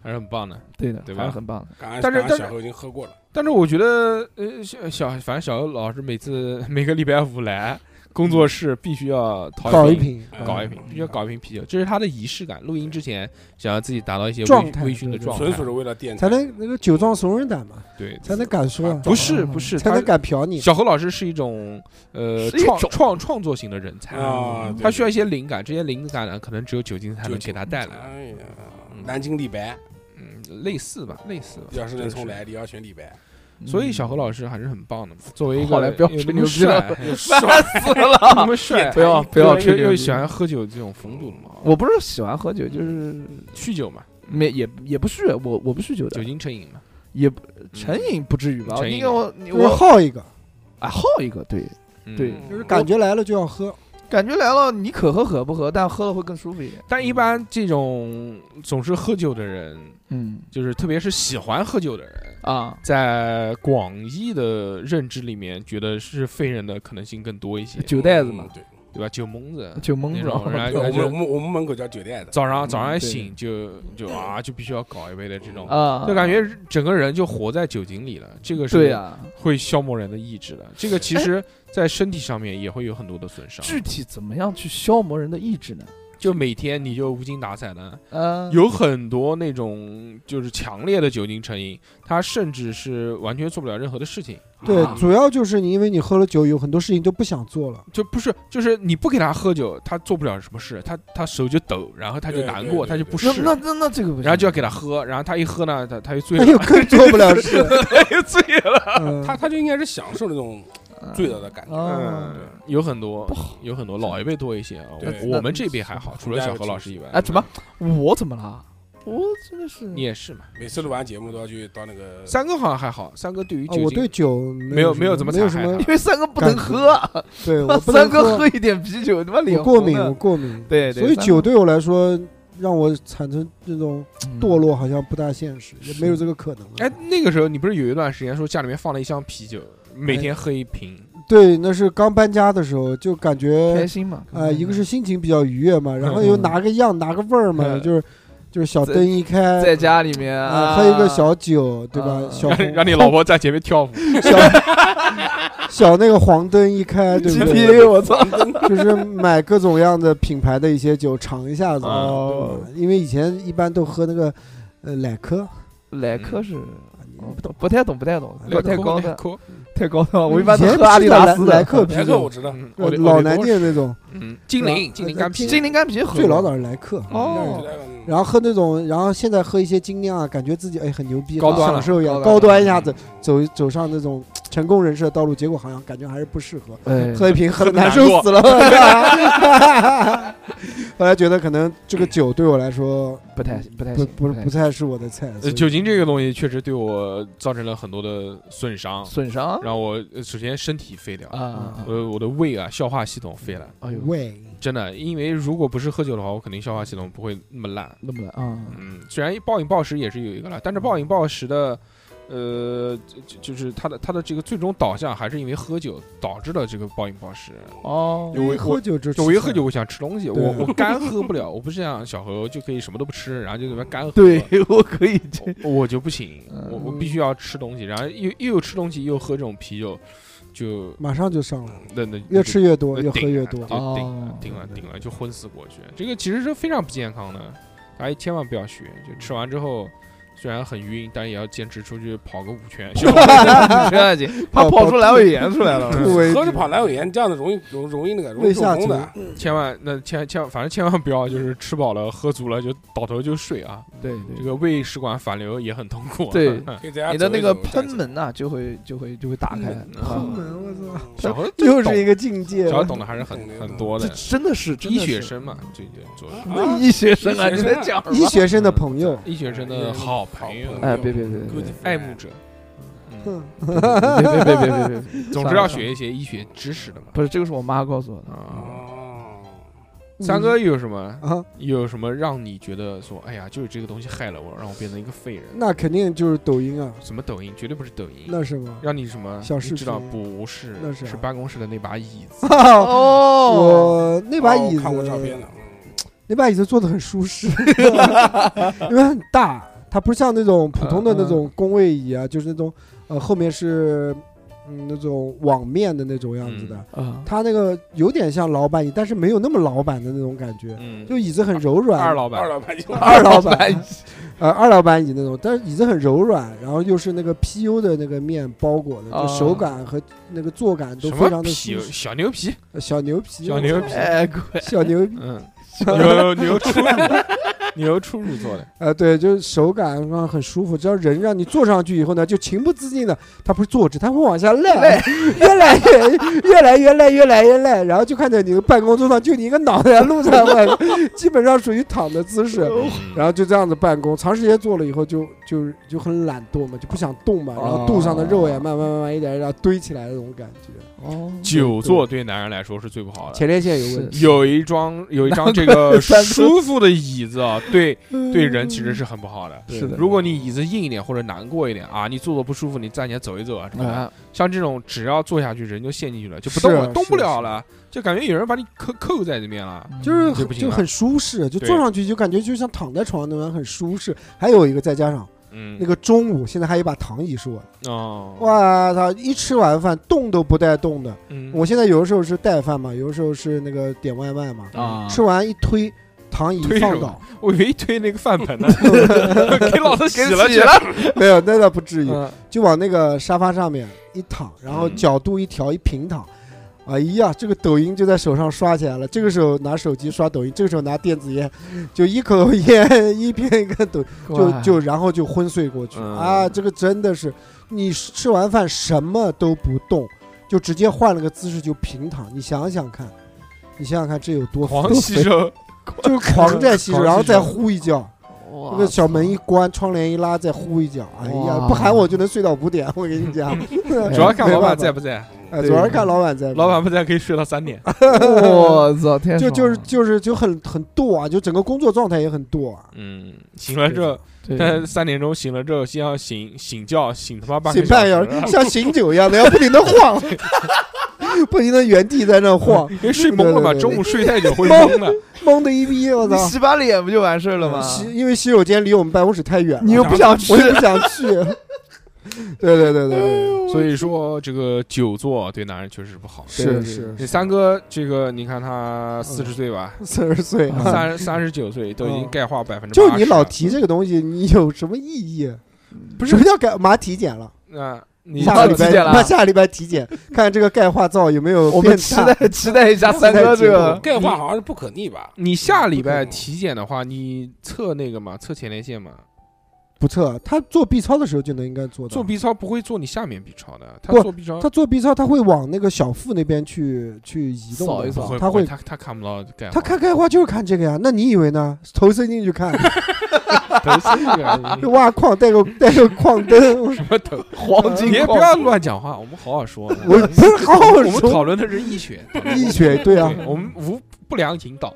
还是很棒的。
对的，
对吧
还是很棒的，
刚刚
但是但
刚刚
是
小何已经喝过了，
但是我觉得，呃，小小反正小欧老师每次每个礼拜五来工作室，必须要掏
哦搞一
瓶，
瓶，
嗯
搞一瓶，必须要搞一瓶啤酒，这是他的仪式感。录音之前，想要自己达到一些微
状态
微醺
对
的
对
状态
纯，属是为了电
才能那个酒壮怂人胆嘛，
对，
才能敢说啊，
不是不是，
才
他
能敢嫖你。
小何老师是一种呃
是一
创
种
创创作型的人才，
啊，对
他需要一些灵感，这些灵感呢，可能只有酒精才能给他带来，
哎呀，
嗯
南京李白，
嗯，类似吧，类似吧。
要是能
就
重来，你要选李白。
嗯
所以小何老师还是很棒的嘛。作为一
好
个
了不要吹牛逼了
又那么帅
烦死
又那
了，
么帅，
不要不要
又
吹牛
又
逼
喜欢喝酒这种风度了嘛。
我不是喜欢喝酒，就是
酗酒嘛，
没也也不酗，我我不酗酒
酒
的，
精成瘾嘛。
也不成瘾不至于吧？
成瘾
你给我你
就是
我
耗一个，
啊耗一个，对，
嗯
对
就是感觉来了就要喝。
感觉来了，你可喝可不喝，但喝了会更舒服一点，
但一般这种总是喝酒的人，
嗯
就是特别是喜欢喝酒的人，
啊。
在广义的认知里面，觉得是废人的可能性更多一些，
酒袋子嘛
嗯，对，
对吧？酒蒙子，
酒蒙子
那 种，嗯然后
对
然
我们我
后就
们我们门口叫酒袋子，
早上早上一
嗯对
醒就就啊，就必须要搞一杯的这种，
啊，
就感觉整个人就活在酒精里了。这个是
对啊哎呀，
会消磨人的意志的。这个其实， 在身体上面也会有很多的损伤。
具体怎么样去消磨人的意志呢？
就每天你就无精打采的，
呃，
有很多那种就是强烈的酒精成瘾，他甚至是完全做不了任何的事情。
对
啊，
主要就是你因为你喝了酒，有很多事情都不想做了。
就不是，就是你不给他喝酒，他做不了什么事，他他手就抖，然后他就
对
难
对
过，
对
他就
对
不
那
适，
那哎那那这个不行，
然后就要给他喝，然后他一喝呢，他 他又醉
那就
了，
更做不了事。
他又醉了。
嗯
他他就应该是享受那种
嗯
醉了的感觉。
啊
嗯
对
嗯有很多，有很多老一辈多一些啊，
对
我我们这边还好，除了小何老师以外
哎，，怎么
嗯
我怎么了？我真的是
你也是嘛。
每次录完节目都要去到那个
三哥好像还好，三哥对于
啊
酒精，
我对酒
没有
什
没有怎么
没有
残
什
害
么
他，
因为三哥不能喝，
对我不
三
能
哥喝一点啤酒，他妈脸
我过
红
敏，
的
我过敏。
对对，
所以
三
酒
哥
对我来说，让我产生这种
嗯
堕落，好像不大现实，也没有这个可能了。
哎，那个时候你不是有一段时间说家里面放了一箱啤酒，每天喝一瓶，
对，那是刚搬家的时候，就感
开嗯
觉
心嘛？
哎啊、一个是心情比较愉悦嘛，然后又拿个样拿个味儿嘛，
嗯
就是就是小灯一开，
在家里面
啊
啊，
喝一个小酒，对吧
啊？
小
让
红
让你老婆在前面跳舞，
小小那个黄灯一开，对不对？
GPA，我操！
就是买各种样的品牌的一些酒尝一下子，
哦
对吧因为以前一般都喝那个呃奶科，
莱克是哦不懂，不太懂，不太懂，
嗯莱
不
克
太高的，
酷，
太高端了。我
我
一般都
以前
喝阿迪达
不
斯
是莱
的。
克啤
莱克我
酒，
知道，
嗯
呃老南，京的那种，
我得我得嗯，精
是
灵
吧
精灵
呃
干啤，嗯
精灵干啤喝过
最老早是莱克。
哦，
然后喝那种，然后现在喝一些精酿啊，感觉自己哎很牛逼，
高端
很
了
享受一样，
高端
高端一下子
嗯
走走上那种成功人士的道路，结果好像感觉还是不适合。
哎，
喝一瓶喝的
难
难受
过
死 了， 后来觉得可能这个酒对我来说
不太不太
不
行，
不
太
不太是我的菜，所
呃
以
酒精这个东西确实对我造成了很多的损伤，
损伤
让我呃首先身体废掉，
啊
我，我的胃啊消化系统废了，
哎呦，
喂，
真的，因为如果不是喝酒的话，我肯定消化系统不会那么烂。
那么来啊，
嗯，虽然暴饮暴食也是有一个了，但是暴饮暴食的，呃，就就就是它的它的这个最终导向还是因为喝酒导致了这个暴饮暴食。
哦
有我
喝酒就
就我一喝酒，我想吃东西，
对
我我干喝不了，我不是像小何就可以什么都不吃，然后就在那边干喝。
对，我可以这
我，我就不行，
嗯
我我必须要吃东西，然后又又有吃东西又喝这种啤酒，就
马上就上了，
那那
越吃越多，
那
越喝
呃顶啊
越
了
多
就。
哦
顶了顶了
对
顶了，就昏死过去。这个其实是非常不健康的，大家千万不要学。就吃完之后，虽然很晕，但也要坚持出去跑个五圈。 就
不
啊
要紧，怕跑出阑尾炎出来了。
吐为
喝着
止，
跑阑尾炎，这样子容易容容易那个容
胃
易中
下
风的
垂。
千万那千千万，反正千万不要就是吃饱了喝足了就倒头就睡啊。
对
这
对
个胃食管反流也很痛苦、啊。
对
可以在家
你的那个
走一走
喷，门呐，就会就会就会打开，
后
啊
门，我操，
小何
又
懂
是一个境界
小。何懂得还是很很多
这
的。
真的是
医学，生嘛，最近做
走
的
一走啊
医学生啊，
啊
你
你
在
在
讲
讲
什
医
么？
学生的朋友，
医学生
嗯
的好朋友、
哎别别别别别
爱慕者。嗯，
哼，
别别别别别别，
总之要学一些医学知识的嘛。
不是这个是我妈告诉我的。
啊，
哦，
三哥有什么？
嗯啊，
有什么让你觉得说，哎呀，就是这个东西害了我，让我变成一个废人？
那肯定就是抖音啊，
什么抖音，绝对不是抖音，
那什么？
让你什么？
小视
你知道
频
不是，
那是啊
办公室的那把椅子，
哦，
我那把椅
哦看过照片
子，
了， 嗯
那把椅子坐的很舒适，因为很大，它不像那种普通的那
嗯
种工位椅啊，就是那种呃后面是嗯那种网面的那种样子
嗯
的，
啊，
它那个有点像老板椅，但是没有那么老板的那种感觉，
嗯，
就椅子很柔软。
二老板
二，老 板就
二老
板
板，呃，二老板椅那种，但是椅子很柔软，然后又是那个 PU 的那个面包裹的，
啊
就手感和那个坐感都
哦什
非常
么
的舒适。
皮小牛皮，
呃小牛皮，
小牛皮，
哎，乖，
小牛逼，
嗯，牛牛初乳， 牛初乳做的，
呃，对，就是手感上很舒服。只要人让你坐上去以后呢，就情不自禁的，它不是坐直，它会往下赖， 越来越越来越赖，越来越赖，然后就看见你的办公桌上就你一个脑袋露在外面， 基本上属于躺的姿势。
嗯
然后就这样子办公，长时间坐了以后就就就很懒惰嘛，就不想动嘛，然后肚上的肉也慢慢慢慢一点一点堆起来的那种感觉，
哦，
久坐对男人来说是最不好的。
前列腺有问题。
有 一张有一张这个舒服的椅子啊，对
嗯
对人其实是很不好的。
是的
如果你椅子硬一点或者难过一点啊，你坐坐不舒服，你站起来走一走啊什么的。
啊，
像这种只要坐下去人就陷进去了，就不动
是
了，
啊
动不了
是
了，就感觉有人把你扣扣在这边了。
就是
就
很
不行
就
了
很舒适，就
对
坐上去就感觉就像躺在床上那样很舒适。还有一个再加上
嗯
那，个中午，现在还有一把躺椅是我的，
哦，，
哇操！一吃完饭动都不带动的。
嗯
我现在有的时候是带饭嘛，有的时候是那个点外卖嘛，
啊，
吃完一推，躺椅
推
放
手
倒，
我以为推那个饭盆呢， 给老子洗了
给
去
洗了
没有那倒不至于，
嗯
就往那个沙发上面一躺，然后
嗯
角度一调一平躺，哎呀，这个抖音就在手上刷起来了。这个时候拿手机刷抖音，这个时候拿电子烟，就一口烟一边一个 抖，就
乖
就然后就昏睡过去
嗯
啊！这个真的是，你吃完饭什么都不动，就直接换了个姿势就平躺，你想想看。你想想看，这有多
狂
多
吸
肥
收，
就是 狂在吸
狂
收，
吸
然后再
收
呼一觉，
哇
那个小门一关，窗帘一拉，再呼一觉。哎呀，不喊我就能睡到五点，我跟你 讲。
主要看
哎没
老
办
板
法
在不在，
哎，主要是看老板在，
老板不在可以睡到三点。
我操，天，
就就是就是就很很惰啊，就整个工作状态也很惰啊。
嗯，醒了之后但三点钟醒了之后，先要醒醒觉，醒他妈半
醒
个
半个小
小
时，
时。
像醒酒一样的，要不停的晃， 不停的原地在那 晃，
因为睡懵了嘛，
对对对对
中午睡太久会懵的。
懵的一逼，我
你
操！
洗把脸不就完事儿了吗？
洗因为洗手间离我们办公室太远
你
了，
又不想去
我，也不想 去。对对对对对，
所以说这个久坐对男人确实不好。
是
对
是
这三哥，这个你看他四十岁吧，
四十岁啊，
三三十九岁都已经
嗯
钙化百分 之
就你老提这个东西，你有什么意义？
嗯不
什么叫改马体检了？
啊，你
下
马
礼
体检
拜
了
那 下礼拜体检，看这个钙化灶有没有
我
变
们期
大。
待期待一下三哥这个
钙化好像是不可逆
嗯
吧？
你下礼拜
不可能
体检的话，你测那个嘛，测前列腺嘛，
不测，他做 B 超的时候就能应该做到。
做 B 超不会做你下面 B 超的，他
不
做 B 超
他做 B 超，他会往那个小腹那边去去移动的
扫一扫
不会
他
不会
会
他他看不到钙化，
他看钙化就是看这个呀。那你以为呢？头伸进去 看，
头伸进来
挖矿带个带个矿 灯，
啊什么头，
黄金
你也不
矿
要乱讲话，我们好好说。
我 不是好好
我们
说
讨论的是医学，
医学对啊，
我们无不良引导，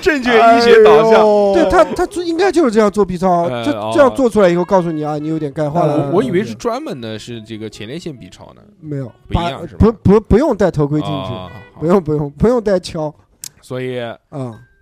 正确医学导向。
向。对他，他做应该就是这样做 B 超，
呃
这
哦
这样做出来以后，告诉你啊，你有点钙化
呃
了。
我我以为是专门的，是这个前列腺 B 超呢，
没有，
不一
把
样是吧
不不不用戴头盔进去，
啊好
不用不用不用戴锹
所以
啊。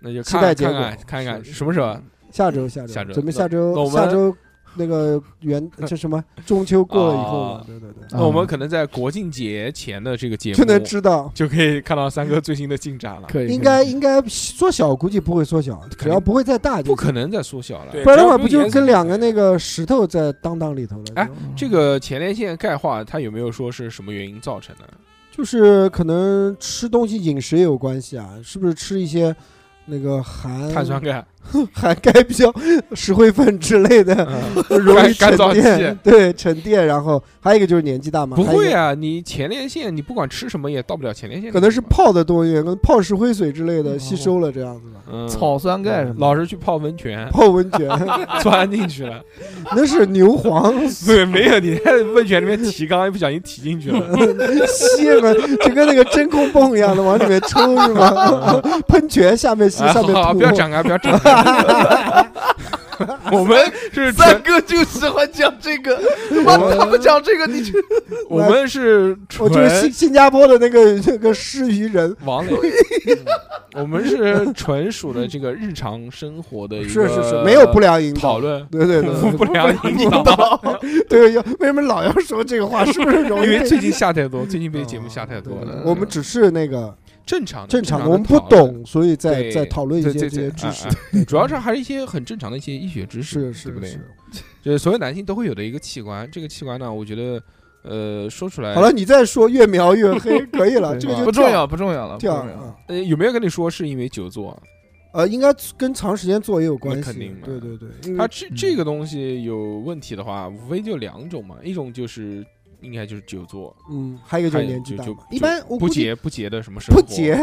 那就
期
看
待结
看
果
看看看
是嗯
什么时候
下周下周
下周
准备下
那我
周
们
下周那个元这什 么中秋过了以后
啊
嘛，对对对，
那我们可能在国庆节前的这个节目
就能知道。
就可以看到三哥最新的进展了，
可以
应该应该缩小，估计不会缩小，只要不会再大就
不
行。
可能再缩小了。
对
不然的话，
只要不
不就
严肃
跟两个那个石头在当当里头了？
哎
就
这个前列腺钙化，它有没有说是什么原因造成
嗯
的？
就是可能吃东西饮食也有关系啊，是不是吃一些那个含
碳酸钙、
含钙比较石灰粉之类的，
嗯
容易
干
沉
燥
淀
剂，
对沉淀。然后还有一个就是年纪大嘛，
不
还有一
会
个
啊，你前列腺你不管吃什么也到不了前列腺，
可能是泡的东西，可能泡石灰水之类
哦
的
嗯
吸收了这样子吧。
嗯
草酸钙什么
老是去泡温泉
泡温泉
钻进去了，
那是牛黄
对，没有你在温泉里面提肛，一不小心提 进去了，
吸嘛，就跟那个真空泵一样的往里面抽是吗？ 喷泉下面吸，
啊
上面
好好
吐。
不要展开，不要 展开。我们是
三
纯，
哥就喜欢讲这个，妈他不讲这个你就
我们是纯
我就是新新加坡的那个那个失鱼人，
王磊，我们是纯属的这个日常生活的一
是
个
是是，没有不良引
讨
导。
论，
对对
不
对
不良引导，
对，要为什么老要说这个话？是不是
因
容易被？
为最近下太多，最近被节目下太
对
多
对
了。嗯
我们只是那个
正常的
正常
的，
的，我们不
讨论，
懂，所以在
对
在讨论一
对
些
对
这
对
些，知识
哎。哎主要是还是一些很正常的一些医学知识，
是
对不
是
对
是？。
就是所有男性都会有的一个器官，这个器官呢，我觉得，呃，说出来
好了，，你再说越描越黑，可以了，
对
这个
吧
就
不重
跳。
要，不重要了，不
跳
重要了
啊。
呃，有没有跟你说是因为久坐？
呃，应该跟长时间坐也有关
那
系。
肯定嘛
对对对，因
它
为
这
嗯
这个东西有问题的话，无非就两种嘛，一种就是应该就是久坐，
嗯，还有一个就
还
是
有
年纪
就
大
就
嘛，
就
一般我
不
估计
洁不洁的什么生活
不洁，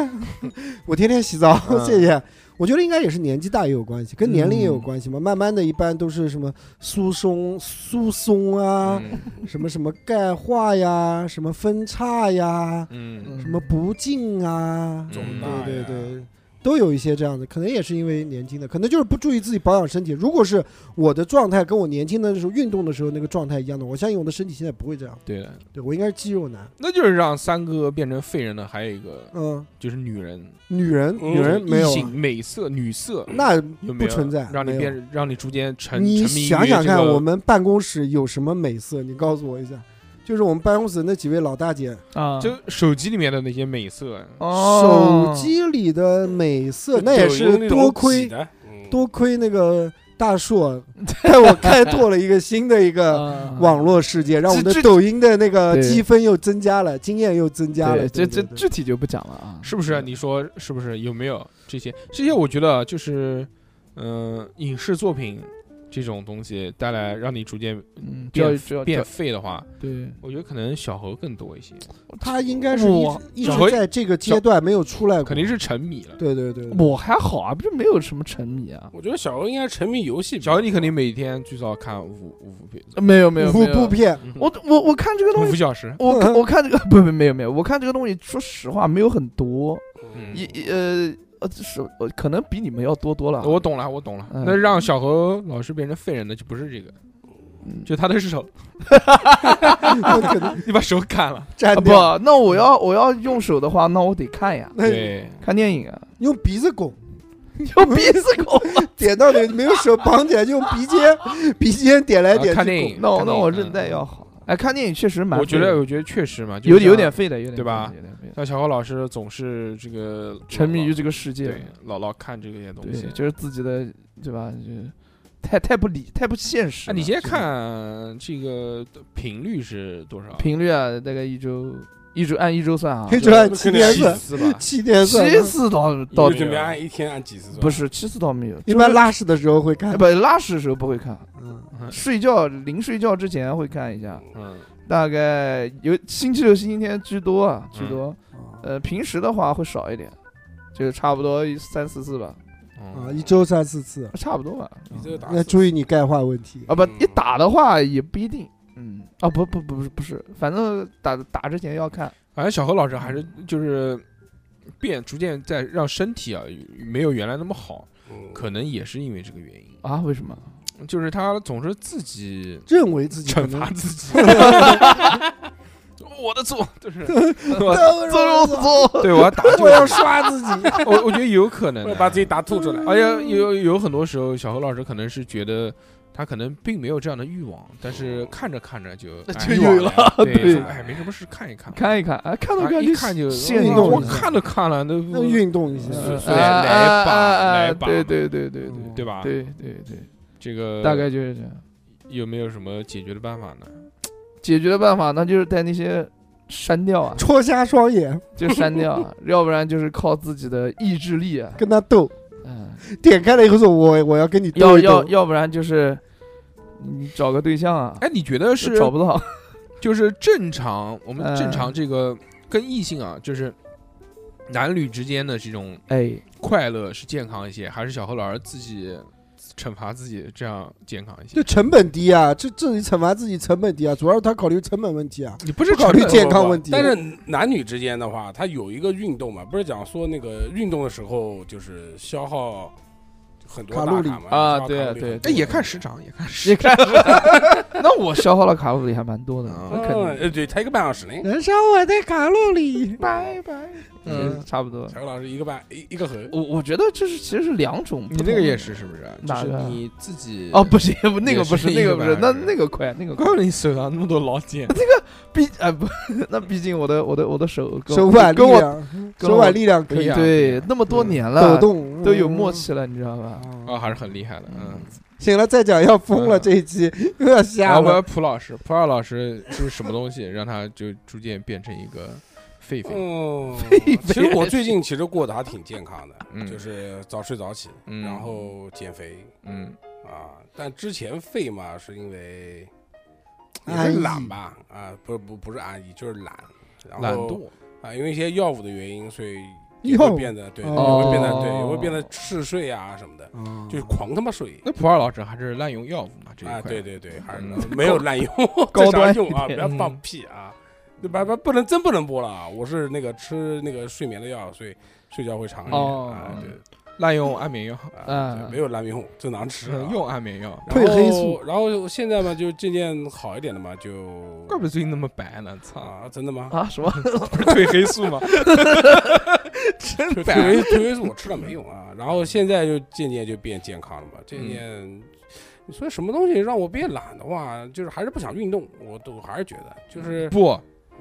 我天天洗澡，
嗯
谢谢。我觉得应该也是年纪大也有关系，跟年龄也有关系嘛。慢慢的，一般都是什么疏松、疏松啊，
嗯
什么什么钙化呀，什么分叉呀，
嗯，
什么不净啊，
肿
对
大呀
对对，都有一些这样的，可能也是因为年轻的，可能就是不注意自己保养身体。如果是我的状态跟我年轻的时候运动的时候那个状态一样的，我相信我的身体现在不会这样。
对的，
对我应该是肌肉男，
那就是让三哥变成废人的，还有一个
嗯，
就是女人，
女人
嗯
女人没有
异
啊，
性美色女色
那
有没
不
有
存在，
让你
没有
变让你逐渐沉
你
沉迷于
想想
这
看，
个
我们办公室有什么美色？你告诉我一下。就是我们办公室那几位老大姐，
啊，
就手机里面的那些美色，
哦
手机里的美色，那也
有
是
那种
多
挤
亏
的，嗯
多亏那个大 硕带我开拓了一个新的一个
啊
网络世界，让我们
这
的抖音的那个
对
积分又增加了，经验又增加了。
对这
对
这
对
具体就不讲了啊，
是不是？你说是不是？有没有这些？这些我觉得啊就是，嗯、影视作品这种东西带来让你逐渐
嗯，就
变
要就要
变废的话，
对，
我觉得可能小何更多一些，
他应该是一
我
直一
小黑
直在这个阶段没有出来过，
肯定是沉迷了。
对对对，对
我还好啊，不就没有什么沉迷啊，
我觉得小欧应该沉迷游戏比较
小
多。
何，你肯定每天最少看五五部片，嗯
呃没有没有没
五部
有，
片，
呃我我我看这个东
五
西，
小时。
我我看这个 不不没有没有，我看这个东西，说实话没有很多，
嗯
也也呃呃是呃可能比你们要多多了啊，
我懂了，我懂了。
嗯
那让小何老师变成废人的就不是这个，就他的手，
那
啊
可能
你把手砍了。
占
啊不
掉，，
那我要我要用手的话，那我得看呀，
那
对，
看电影啊，
用鼻子拱，
用鼻子 拱。
点到点没有手绑起来，就用鼻尖，鼻尖点来点去
啊
拱
看电影
那我那我
肯定
韧带要好。哎，看电影确实蛮
我
费
觉
的，
得我觉得确实嘛，就
有
像
有点费的，有点
对吧
费的有点费的
像小何老师总是这个
沉迷于
这
这个世界
对，，老老看这些东
对
西，。
就是自己的，对吧？就是太太不理，太不现实
那啊
了。
你现在
是的
看这个频率是多少？
频率啊，大概一周一周按一周算啊，
黑就按七
肯定
天
是
算，，
次吧
七天嗯算，
七次倒倒
就准备按一天按几次算？
不是七次倒没有，
一
就
般
是
拉屎的时候会看
不，拉屎的时候不会看，
嗯，
睡觉临睡觉之前会看一下，
嗯，
大概有星期六、星期天居多啊，居多。
啊
呃，平时的话会少一点，就差不多一三四次吧，
啊，
嗯
一周三四次，啊
差不多吧。
你这个打
那注意你钙化问题。
啊，不，
嗯
一打的话也不一定。嗯，啊，不不不是不是，反正打打之前要看。
反正小何老师还是就是变，逐渐在让身体啊没有原来那么好，
嗯
可能也是因为这个原因，
啊？为什么？
就是他总是自己
认为自己可
惩
能
罚自己。 我的错 就是，
做做做，
对我要打这
我要
个，
刷自 己，
我我觉得有可能
我
的
要把自己打吐出来。
而且有有很多时候，小何老师可能是觉得他可能并没有这样的欲望，但是看着看着哦就哎
就
欲望
有了
来对，
对
说哎，没什么事，看一看，
看一看啊，看到
啊
看
一看就
现
运
哇
动
我
一下
看都看了，那
那运动一下。
是是来
啊
来一把
啊啊
来一呃
啊
把
对对对对
嗯
对吧？
对对对对，
这个
大概就是这样。
有没有什么解决的办法呢？
解决的办法那就是带那些删掉啊，
戳瞎双眼，
就删掉 啊，要不然就是靠自己的意志力啊，
跟他斗，
嗯，
点开了以后说：“我我要跟你斗
要
一斗
要。要不然就是你找个对象啊，
哎，你觉得是
找不 到，
就是正常，我们
嗯
正常这个跟异性啊，就是男女之间的这种
哎，
快乐是健康一些，还是小何老师自己惩罚自己这样健康一些
就？成本低啊，这这里惩罚自己成本低啊，主要是他考虑成本问题啊，
你不是
考虑健康问题。
但是男女之间的话，它有一个运动嘛，不是讲说那个运动的时候就是消耗很多
卡
大
路里
卡嘛？
啊
消耗
对
卡路里
对啊
很
哎，
多
也看时长，也看时
你看， 那我消耗了卡路里还蛮多的，
啊
那肯定
嗯，呃，对，才一个半小时呢。
燃烧我的卡路里，
拜拜，嗯，差不多。
小何老师一个半一一个盒，
我我觉得这是其实是两种，
你那个也是是不是？
哪
就
个
是
啊
你自己
哦，不行，不那
也
个不
是
是
一
那
个
个不是，
半
那
小时
那个快，那个快
怪，不得你手上那么多老 茧。
毕啊不， 那毕竟我的我的我的手跟
手
我
腕力
跟我
量，
跟
手
我
腕力量可
力
以
量嗯
对那么多年
抖
了，
动，
都有默
嗯。
契了，你知道吧？
啊，还是很厉害的，嗯。
行了，再讲要疯了，
嗯
这一期又要
然
瞎
后我
了。
要蒲老师，蒲二老师是什么东西，让他就逐渐变成一个狒狒？
哦，
狒狒
其实我最近其实过得还挺健康的，
嗯
就是早睡早起，
嗯
然后减肥
嗯，
啊。但之前废嘛，是因为也
安逸
是懒吧？啊，不不不是安逸，就是懒，然后
懒惰。嗯
啊，因为一些药物的原因，所以也
药
会
物
变得对，也
哦
会变得对，也会变得嗜睡啊什么的，
嗯
就是狂他妈睡。
那普二老师还是滥用药物嘛这一块？
啊，对对对，还是
嗯
没有滥用，
高
正常
端一
用啊，不
点嗯
要放屁啊，对吧？不不能真不能播了啊！我是那个吃那个睡眠的药，所以睡觉会长一点
哦
啊，对
滥用安眠药，
啊，对
嗯
没有滥用，正常吃啊。
用安眠药。
褪黑素
然后，然后现在嘛，就渐渐好一点的嘛，就
怪不得最近那么白呢，操！
啊，真的吗？
啊什么？
不是褪黑素 吗？
就褪黑褪黑素我吃了没用啊，然后现在就渐渐就变健康了嘛，
嗯
渐渐。你说什么东西让我变懒的话，就是还是不想运动，我都还是觉得就是，
不，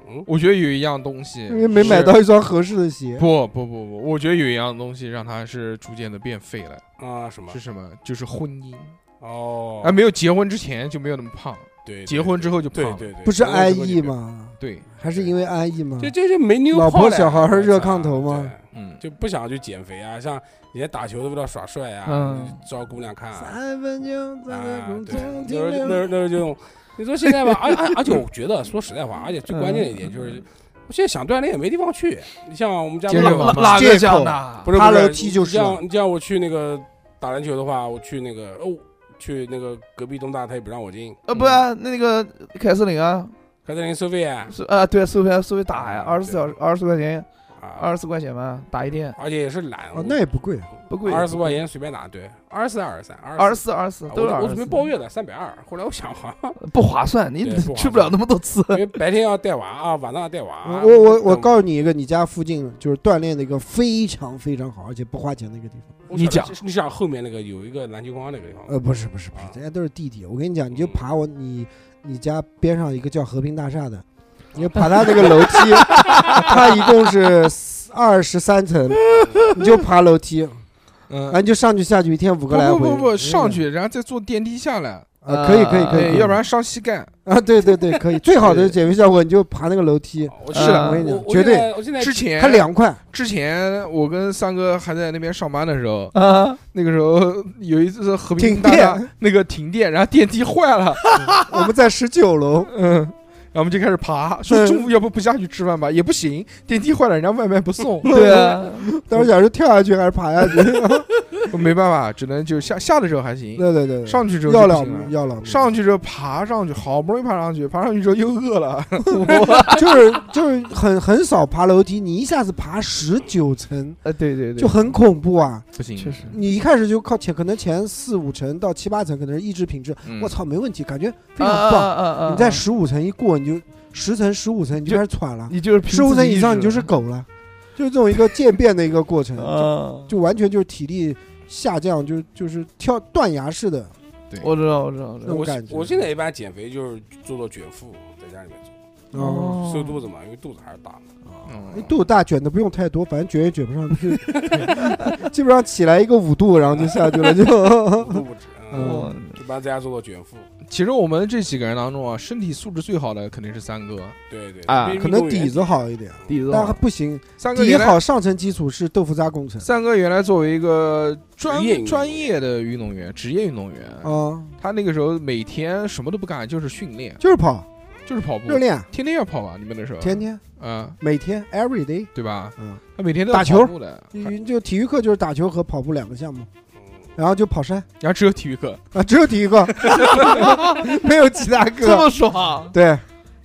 嗯，
我觉得有一样东西，
因为没买到一双合适的鞋，
不不不不，我觉得有一样东西让他是逐渐的变废了，
啊什么
嗯是什么？就是婚姻。
哦
啊，，没有结婚之前就没有那么胖，
对，
结婚啊之后就胖
对
了。
对对，
不是哎
结婚之后
安
就
逸
变？
吗？
对，
还是因为安逸吗？
这这就没妞
老
泡
婆
了
小
呀
孩儿热
我操
炕头吗
对
嗯，
就不想去减肥啊，像以前打球都为了耍帅啊
嗯，
招姑娘看啊，
三分钟在那
啊
空
对，
中
那时候
停留
那时候那时候就用，你说现在吧，而而而且我觉得说实在话，而且最关键的一点就是，我现在想锻炼也没地方去，你像我们家
健
那
身
个
房嘛
哪
借
个
口
讲的？
不是
爬
不
楼梯就是
你
了
像你像我去那个打篮球的话，我去那个哦，去那个隔壁东大他也不让我进，
呃，不啊，那个凯瑟琳啊，
凯瑟琳收费啊，
是啊，对，收费收费打呀，二十四小时，二十块钱，
啊，
二十四块钱嘛，打一天
而且也是懒，
哦，那也不贵，
不贵
二十四块钱随便打，对，二十四、二十三、
二
二
十。四二十四
啊
都
我
是
我
二
准
十
备
四，
包月的三百二，后来我想 哈，
不划算，你
对不划算
去不了那么多次。
因为白天要带娃啊，晚上要带娃啊。
哦我我我
等
告诉你一个，你家附近就是锻炼的一个非常非常好，而且不花钱的一个地方。
我
你
晓得
讲
你想后面那个有一个篮球框那个地方，
呃，不是不是不是
啊，
人家都是弟弟。我跟你讲，你
嗯
就爬我你你家边上一个叫和平大厦的，你就
啊
爬他那个楼梯，它一共是二十三层，你就爬楼 梯，
嗯
啊，，你就上去下去，一天五
不
个来
不
回。
不不，上
嗯
去然后再坐电梯下来，
啊，可以可以
啊
可以
哎
可以，
对，要不然伤膝盖。
啊，对对对，可以。最好的减肥效果，你就爬那个楼梯，
哦我
是的
我
我跟
你讲
我
绝对
现在我现在
之 前
它凉快。
之前我跟三哥还在那边上班的时候，
啊，，
那个时 候有一次是和平
停
大
电
厦那个停电，然后电梯坏了，
我们在十九楼，
嗯，然后我们就开始爬，说中午要不不下去吃
嗯
饭吧，也不行，电梯坏了，人家外卖不送
对啊，
当时想是跳下去还是爬下去？
没办法，只能就下下的时候还 行，
对对对，对
上去之后
要
就
了
不
不
行了。
要了不，
上去之后爬上去，好不容易爬上去，爬 上去之后又饿 了，
就是就是很很少爬楼梯，你一下子爬十九层
呃，对 对对，
就很恐怖啊！
不行
确实，
你一开始就靠前，可能前四五层到七八层可能是意志品质，
嗯
我操没问题，感觉非常
啊啊
棒。
啊啊！
你在
啊
十五层一过，你就十层十五层你就
就
开始喘了，
你就是凭
十五
自
层
己
以
意
上
志
你就是狗了，就是这种一个渐变的一个过程。
啊，
就完全就是体力下降，就就是跳断崖式的。
我知道我知道我知
那
道
种
我
感觉
我现在一般减肥就是做做卷腹，在家里面做，
哦，
收肚子嘛，因为肚子还是大的。
嗯
你肚子哦大卷的不用太多，反正卷也卷不上去， 基本上起来一个五度，然后就下去 了，就哦
五度不止，嗯，
我
一般在家做做卷腹，
其实我们这几个人当中啊，身体素质最好的肯定是三哥，
对对
啊
运
可
动
能
员
底子好一点，
底子
但还
啊
不行。
三哥
底
原来
好，上层基础是豆腐渣工程
三哥原来作为一个专
职业运动员
专业的运动员，职业运动员，
啊，
他那个时候每天什么都不干，就是训练，
就是跑
就是跑步
热，练，
天天要跑吧？你们那时候，
天天
啊，
每天 every day，
对吧？
嗯，
他每天都要
打球嗯
跑步的，还
你就体育课就是打球和跑步两个项目，
嗯
然后就跑山
然后只有体育课，
啊，只有体 育课， 没有其他
这
课，
么爽，
对，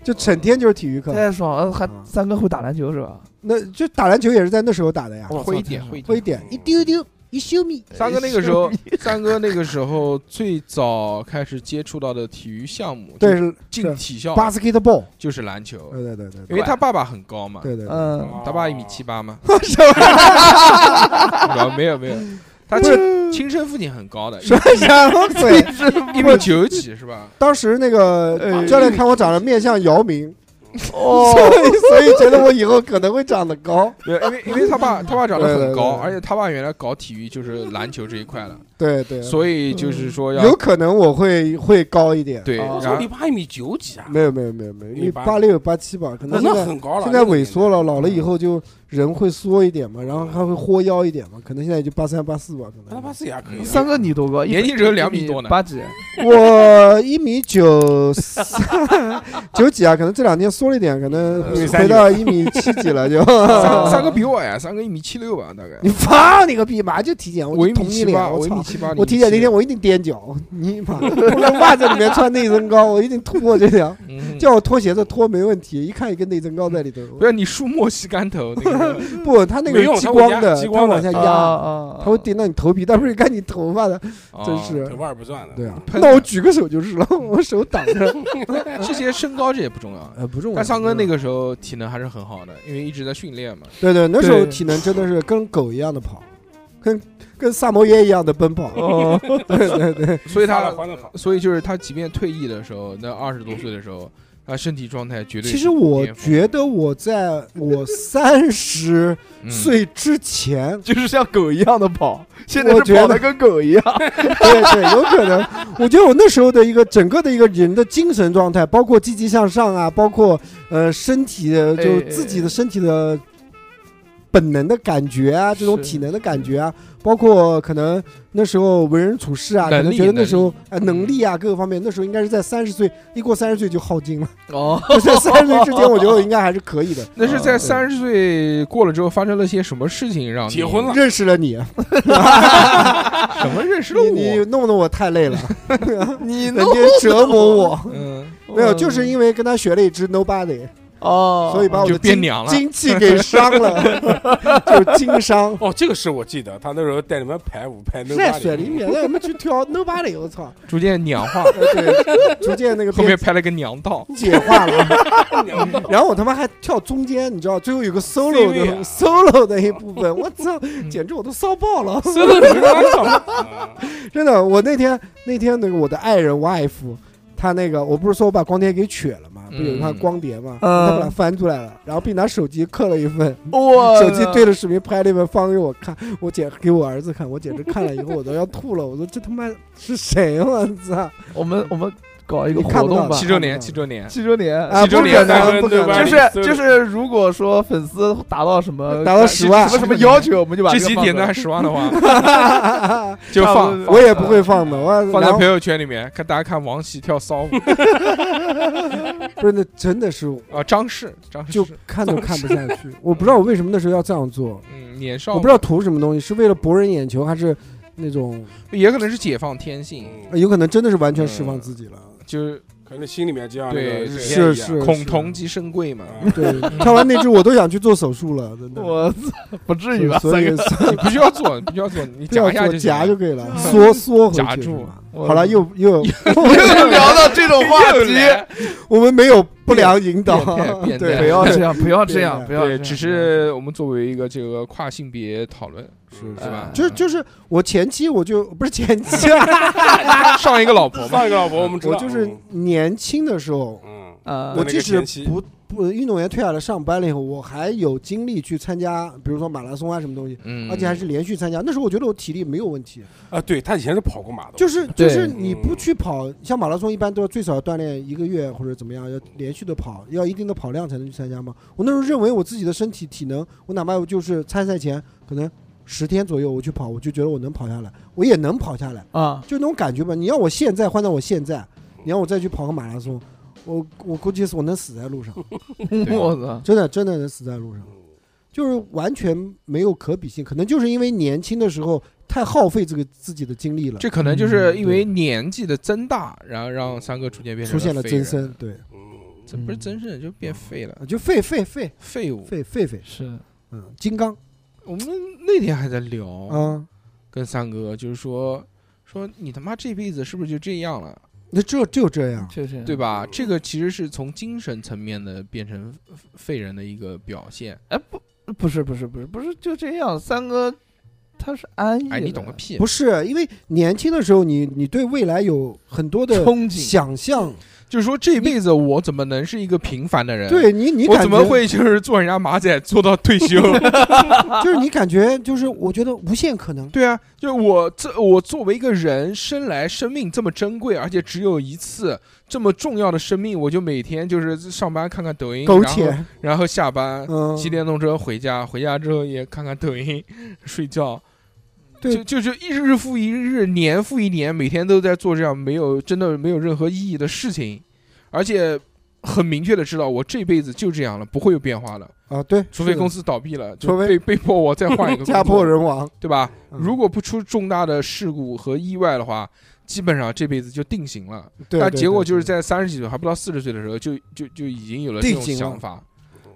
就整天就是体育课。
太爽了！还
嗯
三哥会打篮球是吧？
那就打篮球也是在那时候打的呀，哎
会一点，会一
会
点。
一点一丢丢一修米，
哦嗯三哥那个时候，三哥那个时候最早开始接触到的体育项目，
对，
就是进体校
basketball，
就是篮球，
对对对对
哦因
对
为他呃爸爸很高嘛，
嗯对对，对
嗯，
他爸一米七，
哦
八嘛， 然后没有没有，他
不
亲亲生父亲很高的，
什么什 么鬼？
一米九几是吧？
当时那个
哎
呃
教练看我长得面向姚明，
哦，
所 以所以觉得我以后可能会长得高。
对，因为因为他爸他爸长得
对
很
对
高，
对
而且他爸原来搞体育就是篮球这一块的，
对对，
所以就是说要
有可能我会会高一点。
对，
哦
我
然
操，
后
你爸一米九几啊？
啊没有没有没有没有，
一
一
八
八六八七吧，可能现
那
在
很高了，
现在萎缩了，老了以
后，
后就人会缩一点嘛，然后还会豁腰一点嘛，可能现在也就八三八四吧，可
那
能
嗯八。四也还可以啊。
三哥你多高？
年轻时候两米多呢
八几？啊
我一米九三九几啊，可能这两天缩了一点，可 能回
1.39
回到一米七几 了就。
三三哥比我矮，三哥一米七六吧，大概
你。放你个屁！马上就体检，
我一
就
米
捅你
七
脸！
八，我
我
一米
操！
七八。
我体检那天我一定踮脚，你妈！我在袜子里面穿内增高，我一定突破这条。
我
叫我脱鞋子脱没问题，一看一个内增高在里头。
不是你梳莫西干头那 个
不，他那个
没用
是激
它会
光
压
的，
激
他
光的
往下
啊
压，
啊！
他会顶到你头皮，但不是看你头发的，
哦
真是
头。发也不算的，
对啊，
喷的
那我举个手就是了，我手挡着。
这些身高这也不 重要。
呃，不重
但三哥那个时候体能还是很好的，因为一直在训练嘛。
对对，那时候
对
体能真的是跟狗一样的跑，跟跟萨摩耶一样的奔跑。
哦，
对对对，
所以
发
他
了还能好。
所以就是他，即便退役的时候，那二十多岁的时候，他身体状态绝对
其
是
实我
巅峰
觉得我在我三十
嗯
岁之前，
就是像狗一样的跑，现在
我
是
觉
跑
得
的跟狗一样。
对对，有可能。我觉得我那时候的一个整个的一个人的精神状态，包括积极向上啊，包括呃身体的
哎
就自己的身体的本能的感觉啊，这种
是
体能的感觉啊，包括可能那时候为人处事啊，可
嗯能
能
力嗯
觉得那
能
时候哎能力啊各个方面，那时候应该是在三十岁一过三十岁就耗 尽了。
哦，
就在三十岁之前，我觉得我应该还是可以的。
那是在
嗯
三十岁过了之后发生了些什么事情让你
结婚了
嗯认识了你，
什么认识了
你你
我？
弄得我太 累了，
你
整天折磨我。
嗯，
嗯没有，就是因为跟他学了一支 Nobody，
哦，
所以把我
就
的
变
精
娘了
精气给伤了， 就经 伤。
哦，这个是我记得，他那时候带你们排舞排那
在水里面，让我们去跳 Nobody，我 操！
逐渐娘化，
对，逐渐那个
后
呃
面
变
拍了个 娘道，
解化 了。然后我他妈还跳中间，你知道，最后有个 solo
位啊
的 solo 的一部 分，我操，
嗯
简直我都骚爆了！
真的你他妈上班，
真的，我那天那天那个我的爱人 wife，她那个我不是说我把光碟给取了嘛，不有一块
嗯
光碟嘛，
嗯
她把它翻出来了，然后并拿手机刻了一份，
我
手机对着视频拍了一份放给我看，我简给我儿子看，我简直看了以后我都要吐了，我说这他妈是谁啊我操！
我们我们搞一个
你看
活
不到
动吧
其实，
七周年，七周年，
七周年
啊，不
其中
可
两
三
能，
个
不可
对吧
能
就
你！
是就是，如果说粉丝达到什么
达到10万
什么什 么要求，我们就把
这
个
期
放
点
出来
赞十万 的话，就
差不
放
多
我也不会放的，我
放在
然后
朋友圈里面，看大家看王琦 跳骚舞
不是那真的是
啊，张氏，张氏
就看都看不下去，我不知道我为什么那时候要这样做，
嗯，年少，
我不知道，图什么东西，是为了博人眼球还是那种？
也可能是解放天性，
呃
嗯
有可能真的是完全释放自己了。
就是
可能心里面就像那
对
个
是
天一样
是
孔同即身贵嘛。
啊
对，看完那只我都想去做手术了，真的。
我操，不至于吧？
所
三
以
个
你不需要做，你不需要做， 你
不
夹
要
一下
做
就行
夹
了
就可以了，缩缩回去。
夹住
是吧
我
好了，又又
又聊到这种话
又
题，
来
我们没有不良引导
变，变
对，
变
不要
对
这样，不要这样，
对
不要这
对，
样。
只是我们作为一个这个跨性别讨论，
是
是吧？
嗯啊就就是我前期我就不是前期啊，
上一个老 婆嘛，
上一个老婆我们知道，
我就是
嗯
年轻的时候，
嗯，
啊，
我
那
即
个
使
前期
不不运动员退下来上班了以后，我还有精力去参加，比如说马拉松啊什么东西，
嗯，
而且还是连续参加。那时候我觉得我体力没有问题，
啊，对他以前是跑过马的，
就是
对
就是你不去跑，像马拉松一般都要最少要锻炼一个月或者怎么样，要连续的跑，要一定的跑量才能去参加嘛。我那时候认为我自己的身体体能，我哪怕我就是参赛前可能十天左右我去跑，我就觉得我能跑下来，我也能跑下来，
啊，
就那种感觉吧。你要我现在换到我现在，你让我再去跑个马拉松，我我估计是我能死在路上，
我操，
真的真的能死在路上，就是完全没有可比性。可能就是因为年轻的时候太耗费这个自己的精力了，
这可能
嗯
就是因为年纪的增大，然后让三哥逐渐变成
出现了
废人
增生，，对。
嗯，
这不是增生，就变废了，
就废废废
废物。
废废废，
是
嗯，金刚，
我们那天还在聊，
嗯，
跟三哥就是说说你他妈这辈子是不是就这样了，
那就就这样，
确实
对。吧？这个其实是从精神层面的变成废人的一个表现。
哎，不，不是，不是，不是，不是，就这样。三哥，他是安逸的，
哎，你懂个屁！
嗯不是因为年轻的时候你你对未来有很多的
憧憬，
想象，
就是说这辈子我怎么能是一个平凡的人？，
对你你
我
感
怎么
觉
会就是做人家马仔做到退休？
就是你感觉就是我觉得无限可能，
对啊，就是我这我作为一个人，生来生命这么珍贵，而且只有一次这么重要的生命，我就每天就是上班看看抖音，
苟
然后
且，
然后下班
嗯，
骑电动车回家，回家之后也看看抖音，睡觉。
对
就就就一日复一日，年复一年，每天都在做这样没有真的没有任何意义的事情，而且很明确的知道我这辈子就这样了，不会有变化了，
啊，对，
除非公
司
司倒闭了，就
除非
被被迫我再 换一个工
家
作
破人亡，
对吧？
嗯
如果不出重大的事故和意外的话，基本上这辈子就定型了。
对，
但
对
结果
对
就是
对
在三十几岁还不到四十岁的时候，就就就已经有了这种
定型了
想法。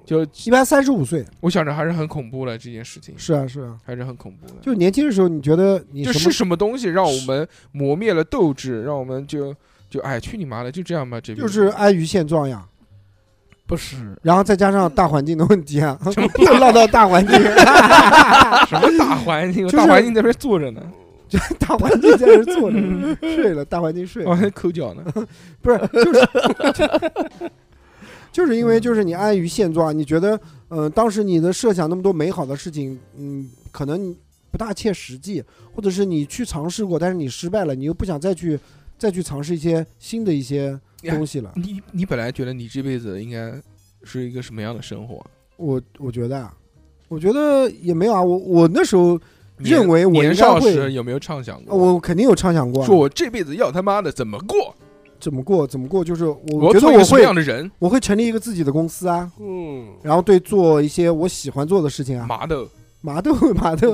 就
一般三十五岁，
我想着还是很恐怖的这件事情，
是啊是啊，
还是很恐怖的。
就年轻的时候你觉得你
就
什
是
么
什么东西让我们磨灭了斗志，让我们就就哎去你妈的，就这样吧，这辈子
就是安于现状呀，
不是
然后再加上大环境的问题啊， 又落到大环境。
什么大环境，
哎就是
大环境在那边坐着呢，
大环境在这儿坐着，
嗯
睡了，大环境睡
我
了，
还抠脚呢。
不是，就是，就是
嗯
因为就是你安于现状，你觉得，嗯、当时你的设想那么多美好的事情，嗯，可能你不大切实际，或者是你去尝试过，但是你失败了，你又不想再去再去尝试一些新的一些东西了。
你你本来觉得你这辈子应该是一个什么样的生活？
我我觉得，啊，我觉得也没有啊，我我那时候
年
认为我
年
应该
少
会
时有没有畅想过？
我肯定有畅想过啊，
说我这辈子要他妈的怎么过？
怎么过怎么过，就是我
我
觉
要
得
做一个
我
什么
会
样的人？
我会成立一个自己的公司啊。
嗯，
然后对做一些我喜欢做的事情啊，
麻豆，
麻豆 麻豆哦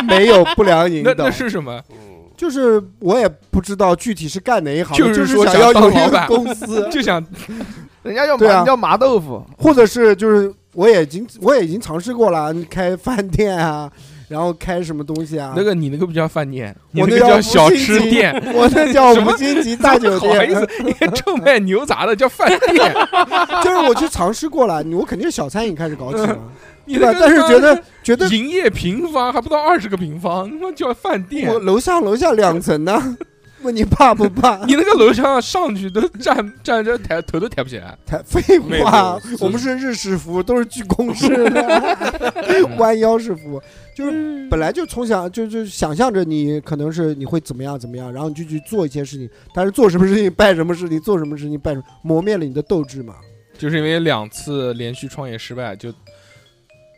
没有不良引
那
导
那，是什么？
嗯，
就是我也不知道具体是干哪一行的，
就是是说
想要
想当
有一
老
个
板，
公司
就想
人家要麻，
对啊
人家麻豆腐，
或者是就是我也已经我也已经尝试过了，你开饭店啊，然后开什么东西啊，
那个你那个不叫饭店，你
我
那
那
个
叫
叫
五
小
星
吃
级
店。
我那叫
什么
五星级大酒
好意
店，
思，你正卖牛杂的叫饭店，
就是我去尝试过了，你我肯定是小餐饮开始搞起嘛，
你
对
那
吧
个？
但是
他妈
觉得觉得
营业平方还不到二十个平方，他妈叫饭店
我。楼上楼下两层呢， 问你怕不怕？
你那个楼上上去都站 站着抬头都抬不起来，
太废
没有
话
就 是，
我们是日式服务，都是鞠躬式的，弯腰式服务，就是本来就从小就就想象着你可能是你会怎么样怎么样，然后你就去做一些事情，但是做什么事情办什么事情，做什么事情办什么，磨灭了你的斗志嘛。
就是因为两次连续创业失败，就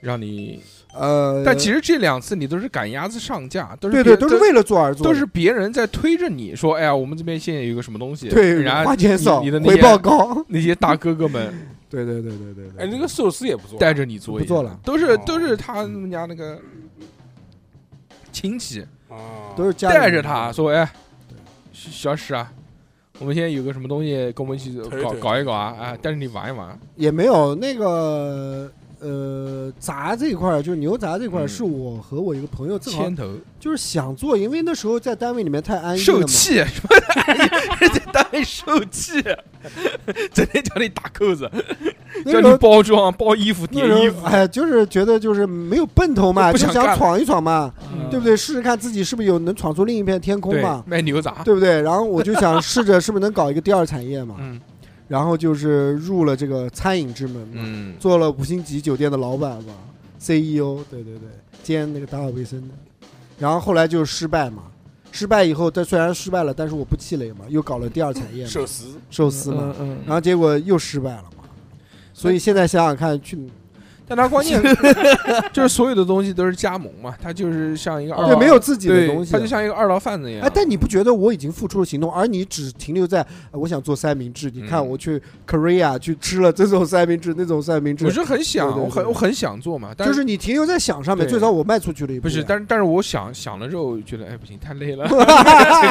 让你。
呃，
但其实这两次你都是赶鸭子上架，都是
对对，
别
都是为了做而做，
都是别人在推着你说，哎呀，我们这边现在有一个什么东西，
对
然后
花钱少，
你的那
回
些
报 高。
那些大哥哥们
对对对对对对。
哎，那个寿司也不错，
带着你做一样，
不做了
都是
哦
都是他们家那个亲
嗯
戚
啊，
都是家里
带着
人
他说，哎，小史啊，我们现在有个什么东西，跟我们一起
推
搞
推
搞一搞啊，啊，带着你玩一玩，
也没有那个呃杂这一块儿，就是牛杂这块儿，
嗯
是我和我一个朋友正好
牵头
就是想做，因为那时候在单位里面太安逸了
受
嘛。
气， 什么在单位受气， 整天叫你打扣子，
那
叫
时
你
候
包装、包衣服、叠
那
衣
时
服
候，哎，就是觉得就是没有奔头嘛，
不
就
想干了
想闯一闯嘛，
嗯
对不对？试试看自己是不是有能闯出另一片天空
对
嘛，，
卖牛杂，
对不对？然后我就想试着是不是能搞一个第二产业嘛，
嗯
然后就是入了这个餐饮之门嘛，
嗯，
做了五星级酒店的老板嘛，CEO，对对对，兼那个打扫卫生的。然后后来就失败嘛，失败以后，但虽然失败了，但是我不气馁嘛，又搞了第二产业嘛，
寿司，
寿司嘛，
嗯，嗯
然后结果又失败了嘛。所以现在想想看，去
但他关键就是所有的东西都是加盟嘛，他就是像一个二
哦对
道
没有自己的
哦对
东西啊
他，就像一个二道贩子一样。
哎，但你不觉得我已经付出了行动，而你只停留在、呃我想做三明治？你看
嗯
我去 Korea 去吃了这种三明治，那种三明治
我，是很想，
对对对
我很我很想做嘛，但
就是你停留在想上面，
对
最少我迈出去了一步。啊
不是，但是但是我想想了之后，觉得哎不行，太 累了，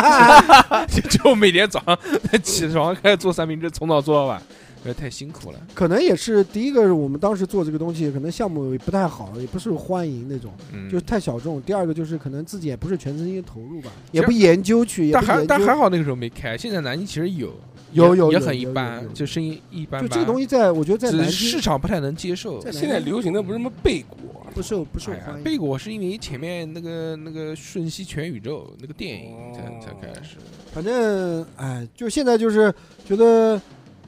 就就每天早上起床开始做三明治，从早做到晚，觉得太辛苦了。
可能也是第一个，是我们当时做这个东西，可能项目也不太好，也不是欢迎那种，
嗯，
就是太小众。第二个就是可能自己也不是全身心投入吧，
其
也
实
不研究去，也
但
不研
还
究。
但还好那个时候没开，现在南京其实有，
有
也
有
也
有
很一
有有
般
有，
就生意一般
就
般。
这个东西在，我觉得在
只
南
是
京
市场不太能接受。
在南
现在流行的不是什么贝果，啊
不受不受
哎呀
欢，迎。
贝果是因为前面那个那个《瞬息全宇宙》那个电影才
哦
才开始，
反正哎，就现在就是觉得，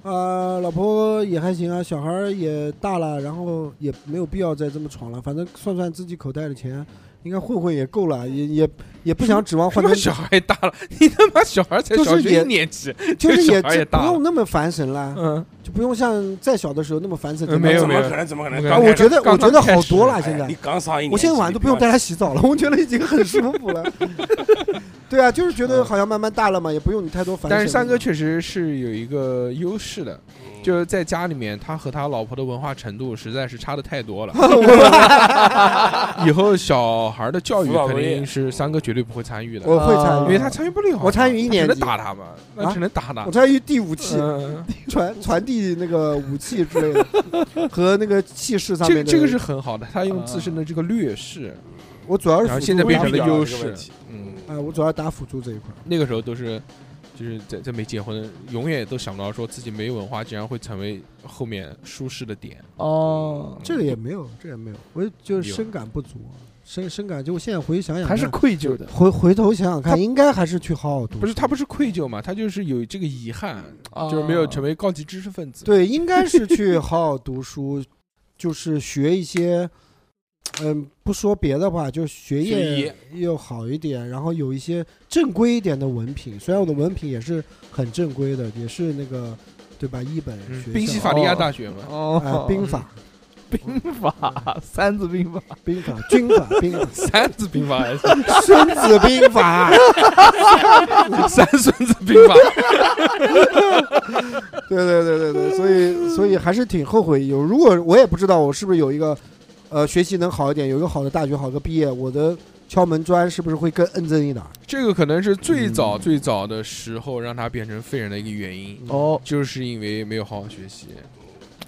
呃，老婆也还行啊，小孩儿也大了，然后也没有必要再这么闯了。反正算算自己口袋的钱，应该混混也够了，也也也不想指望
他
换
妈
成
小孩大了，你他妈小孩才
就是
小学
也
一年级，
就是
小
也
孩也
不
哎大了
用那么烦神了。
嗯，
就不用像再小的时候那么烦死。
嗯没有
怎
没有
么可能？怎么可能？
没有
啊，
刚
我
开始
觉得
刚
我觉得好多
哎
了，现在
你刚上一年级，
我现在晚上都不用带他洗澡了， 我觉得已经很舒服 了。对啊，就是觉得好像慢慢大了嘛，也不用你太多烦。
嗯但是三哥，确实是有一个优势的，
嗯，
就是在家里面，他和他老婆的文化程度实在是差的太 多了。以后小孩的教育
辅导
肯
作业
定是三哥绝对不会参与的，
我会参
因
与，
为他参与不了。
我参与一年
他只
级
能打他嘛，那
啊
只能打他
我。参与第五期
嗯，
传传递那个武器之类的 和那个气势上
这个
面的。啊
这个是很好的，他用自身的这个劣势，
我主要是
然后
辅助
现在变
打
成
这
了
个
优
这个
势
问题。
嗯，
哎，我主要打辅助这一块。
那个时候都是，就是在在没结婚，永远都想不到说自己没文化，竟然会成为后面舒适的点。
哦，
这个也没有，这个也没有，我就是深感不足，啊深深感就我现在回想想
还是
看
愧疚的
回回头想想
他
看，应该还是去好好读。
不是他不是愧疚嘛，他就是有这个遗憾，就是没有成为高级知识分子。
对，应该是去好好读书，就是学一些，嗯，不说别的吧，就是学
学
业又好一点，然后有一些正规一点的文凭。虽然我的文凭也是很正规的，也是那个对吧？一本
嗯
学
宾夕
校
法尼亚大学嘛，、
啊
哦，
兵法、
兵法，三字兵法，
兵法、军法、兵法
三字兵法还是
孙子兵法， 啊
三孙子兵法？
对对对对对，所以所以还是挺后悔有。如果我也不知道我是不是有一个，呃，学习能好一点，有一个好的大学，好个毕业，我的敲门砖是不是会更摁正一点儿？
这个可能是最早
嗯
最早的时候让他变成废人的一个原因，
哦，
就是因为没有好好学习。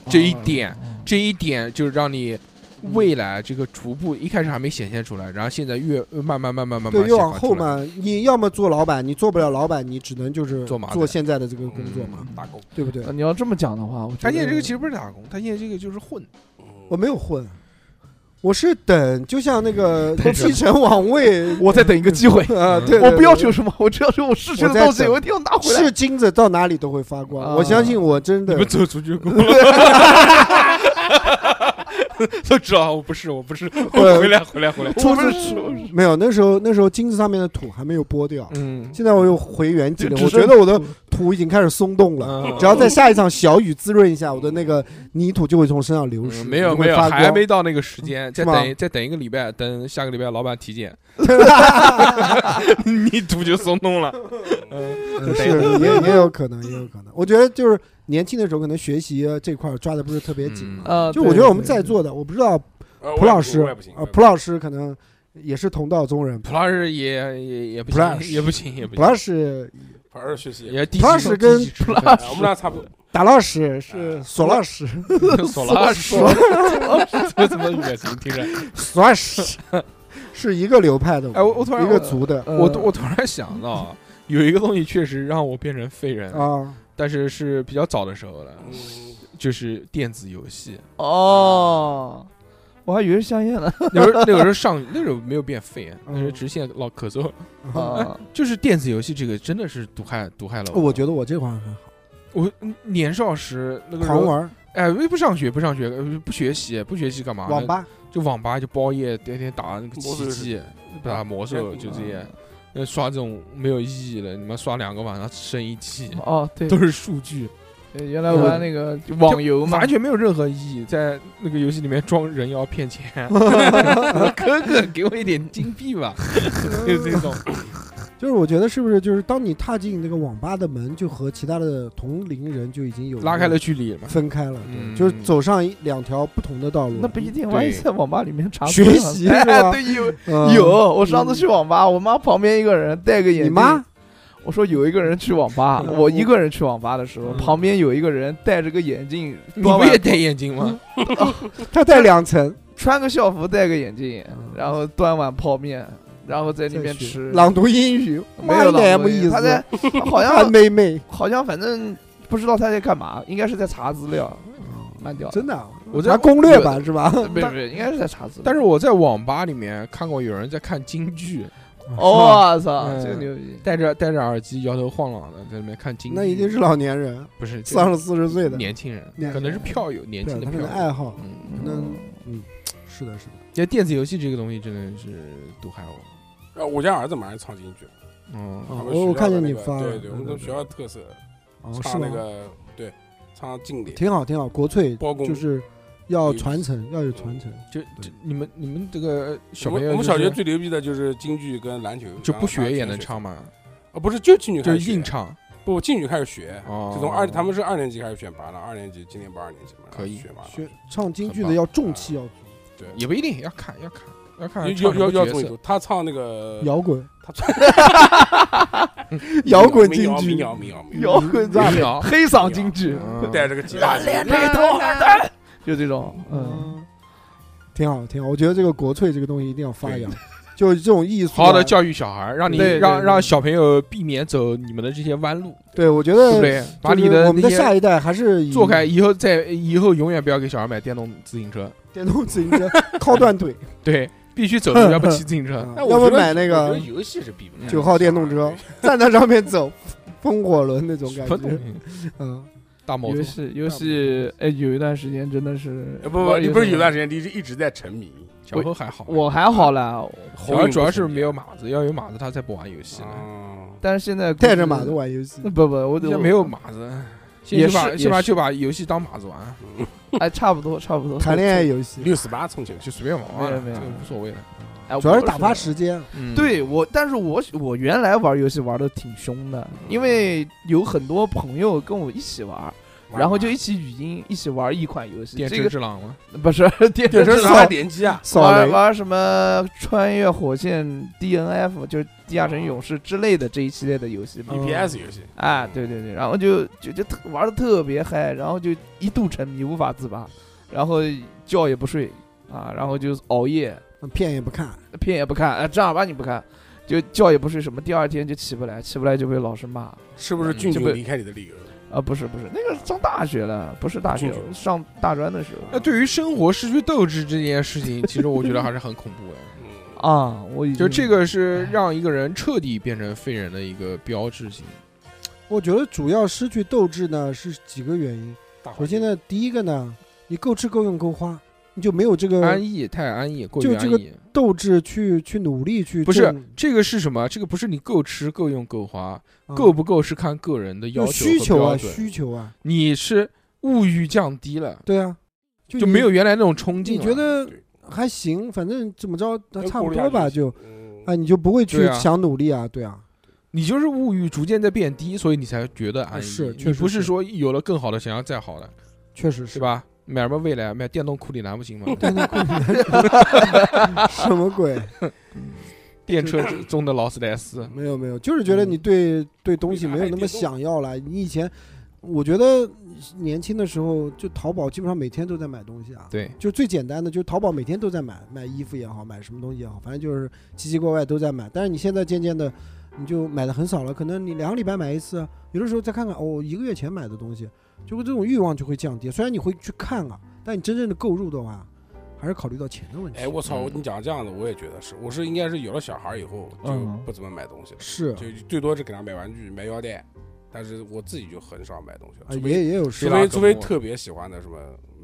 这一点，这一点就是让你未来这个逐步一开始还没显现出来，然后现在越呃慢慢慢慢慢慢
对，越
显
往
化
后
出来，
嘛，你要么做老板，你做不了老板，你只能就是
做马仔
做现在的这个工作嘛，
嗯
打工，
对不对？
哦你要这么讲的话，我觉
他
得
现在这个其实不是打工，他现在这个就是混。
我没有混，我是等，就像那 个
等什么
继承王位
我在等一个机会，
啊，对，
我不要
求
求什么，我只要求我失去
我
的
在
东西，
等
我一定要拿回来。
是金子到哪里都会发
啊
光，我相信我真
你
的
们走出去工了， 都知道我不是，我不是，我回来回来回来，
初中
我不是
没有。那时候那时候金子上面的土还没有剥掉，
嗯，
现在我又回原籍了，
只
我
剩
觉得我的土已经开始松动了。
嗯
只要在下一场小雨滋润一下，我的那个泥土就会从身上流失，
嗯没有
就会
没有，
发
还
光
没到那个时间，再
是吗
等一再等一个礼拜，等下个礼拜老板体检， 泥土就松动了。
嗯是也也有可能，也有可能。我觉得就是年轻的时候，可能学习这块儿抓的不是特别紧
嗯
嘛。
啊
呃，
啊就
对
我觉得我们在
对
座的，我不知道
呃
蒲老师
我也不行，
嗯
啊，蒲老师可能也是同道中人。
普拉士也也也不
普拉
行，
士
也不行，也不
蒲老
行，
师、
普老师学习，
也低级。
普拉士跟
普拉
哎我们俩 差不多，
达老师
哎
是索老师、
索拉什， 我怎么恶心听着？
索老 师是一个流派的，
哎我我突然
一个族的
呃
我我突然想到，啊有一个东西确实让我变成废人，
啊，
但是是比较早的时候了，
嗯，
就是电子游戏。
哦，我还以为是香烟 呢。
那时候那个时候上那时候没有变废，啊那时候
嗯
只是现在老咳嗽。
啊
啊，
就是电子游戏这个真的是毒害毒害了
哦我
我
觉得我这块儿很好，
我年少时那个时候
狂，玩儿
哎，不上学不上学，呃不学习不学习干嘛？
网吧，
就网吧就包夜，天天打那个
魔兽
奇
世
迹，打魔兽，就
嗯
这些，那刷这种没有意义的，你妈刷两个晚上升一级，
哦，对，
都是数据，
对原来玩那个网游嘛，
完全没有任何意义，在那个游戏里面装人妖 骗钱，哥哥给我一点金币吧，就这种，
就是我觉得是不是就是当你踏进那个网吧的门，就和其他的同龄人就已经有
拉开了距离 嘛。
分开了，
嗯
对，就是走上一两条不同的道路。
那不一定，
对
万一在网吧里面查
学
错了
习
哎
是吧
对，有
嗯
有，我上次去网吧，我妈旁边一个人戴个眼镜，
你妈，
我说有一个人去网吧，
嗯
我一个人去网吧的时候，
嗯
旁边有一个人戴着个眼镜，
你
端
不
碗
也戴眼
嗯
镜吗？
她戴两层，
穿个校服，戴个眼镜
嗯，
然后端碗泡面，然后在那
在
边
学
吃。
朗读英语，
没有
妈呀没
朗读英
意
语
思，
他在好
看
像
妹妹，
好像反正不知道他在干嘛，应该是在查资料，慢掉了。
真的啊，
我在
拿攻略吧是吧？
不是不是，应该是在查资料。
但是我在网吧里面看过有人在看京剧，
我操，
嗯
这个牛逼！
戴着戴着耳机摇头晃脑的在那边看京剧，
那一定是老年人，
不是就是
三十四十岁的，
年轻人，
年轻人
可能是票友，年轻
对，
的
他
票
是
友
个爱好。
嗯，
那嗯，是的，是的，
因为电子游戏这个东西真的是毒害我。
呃，我家儿子马上唱京剧，
嗯，
啊
我们
我我
学校
看
的
见你
那个
发了，
对对，我们学校特色，
哦是
唱那
吗？
个对，唱经典，
挺好，挺好，国粹
包公
就是要传承，要有传承。
就就你们你们这个小
我
朋
们
友，
我们小学最牛逼的就是京剧跟篮球，
就
然
不
后
学也能
全
唱吗？
啊？不是，就进去
就
开
是
始学
硬，唱，
不进去开始学，
哦
就从二他们是二年级开始选拔了，二年级今年不二年级嘛，然后
可以
学拔了，
学唱京剧
很棒
的要重器，要
对，
也不一定要看要看要看
要要
唱什
要注
么
意
角色，
他唱那个
摇滚，
他唱
摇滚京
民
剧，
谣民谣民
摇
谣，
滚在
民谣
黑嗓京剧，
就
嗯
带着个吉他，
就这种，嗯，
嗯，挺好，挺好。我觉得这个国粹这个东西一定要发扬， 就是这种艺术啊。
好好的教育小孩，让你
对对
让
对
让小朋友避免走你们的这些弯路，
对，我觉
对不
得
对？把
就
你
是
的
我们的
那些
下一代还是以
做开，以后在以后永远不要给小孩买电动自行车，
电动自行 车，靠断腿，
对，必须 走路，要不骑自行车。
啊
但
要
我
不
觉得
买那
我
个
觉得游戏是比不了
九号电动 车，站在上面走，风火轮那种感
什么东
觉。
西？
嗯，
大毛
游
头。
戏游戏，哎，有一段时间真的是，
呃不不，你不是有
段，
段时间你是一直在沉迷，
小何还好，
我还好啦，
小何主要是没有马子，要有马子他才不玩游戏呢。
啊，
但是现在
带着马子，玩游 戏
不，不，我
现在没有马子，先
也
去把
是
先把
也是
就把游戏当马子玩，
哎，差不多差不多，
谈恋爱游戏，
六十八充起来，
就随便玩玩，
没有没有
这个无所谓的。
哎，
主要是
我
打发。时 间。啊
嗯，
对我，但是我我原来玩游戏玩的挺凶的，因为有很多朋友跟我一起玩，然后就一起语音，一起玩一款游戏。
电
这
车
个
之狼吗？
不是电
电
车
车
之
上还
狼，
联机啊，
扫
玩
雷，
玩什么穿越火线 DNF，就是地下
哦
城勇士之类的这一系列的游戏嘛。
EPS 游戏
啊，对对对，然后就就就特玩的特别嗨，然后就一度沉迷无法自拔，然后觉也不睡啊，然后就熬夜，
片嗯也不看，
片也不看，啊，正儿八经不看，就觉也不睡，什么第二天就起不来，起不来就被老师骂。
是不是
嗯
俊
就
俊
被
离开你的理由？
啊，不是不是，那个上大学了，不是大学
进去，了
上大专的时
那
候
对于生活失去斗志这件事情，其实我觉得还是很恐 怖哎。
嗯，
啊，我已经
就这个是
嗯
让一个人彻底变成废人的一个标志性。
我觉得主要失去斗志呢是几个原因。
大环
首先
境
呢，第一个呢，你够吃够用够花，你就没有这个
安逸，太安逸，过
就
于
这
安
个
逸。
斗志去去努力去
不是
挣
这个是什么？这个不是你够吃够用够花，
啊
嗯
够不够是看个人的要
有
求
需
和
求啊
标准
需求啊，
你是物欲降低了，
对啊，
就
你
没有原来那种冲
你
劲了。
觉得
对
还行，反正怎么着
能
差
过
不
得下
多吧，
去
就
嗯
啊，你就不会去
对啊
想努力啊，对啊，
你就是物欲逐渐在变低，所以你才觉得安逸。
是确
你
实
不是
是
说有了更好的，想要再好的，
确实
是
是？
吧？买什么未来，买电动库里南不行吗？
但那贵 什么鬼？
电车中的劳斯 莱斯，
没有没有，就是觉
嗯
得你对对东西没有那么想要了。你以前，我觉得年轻的时候就淘宝基本上每天都在买东西啊。
对，
就最简单的，就淘宝每天都在买，买衣服也好，买什么东西也好，反正就是奇奇怪怪都在买。但是你现在渐渐的，你就买的很少了，可能你两个礼拜买一次，有的时候再看看哦，一个月前买的东西，就会这种欲望就会降低。虽然你会去看啊，但你真正的购入的话，还是考虑到钱的问题。
哎，我操！你讲这样子，我也觉得是，我是应该是有了小孩以后就
嗯
不怎么买东西了，
是，啊
就最多是给他买玩具、买腰带，但是我自己就很少买东西了，
啊
除
也
非
也有
除
是
吧
非除非特别喜欢的什么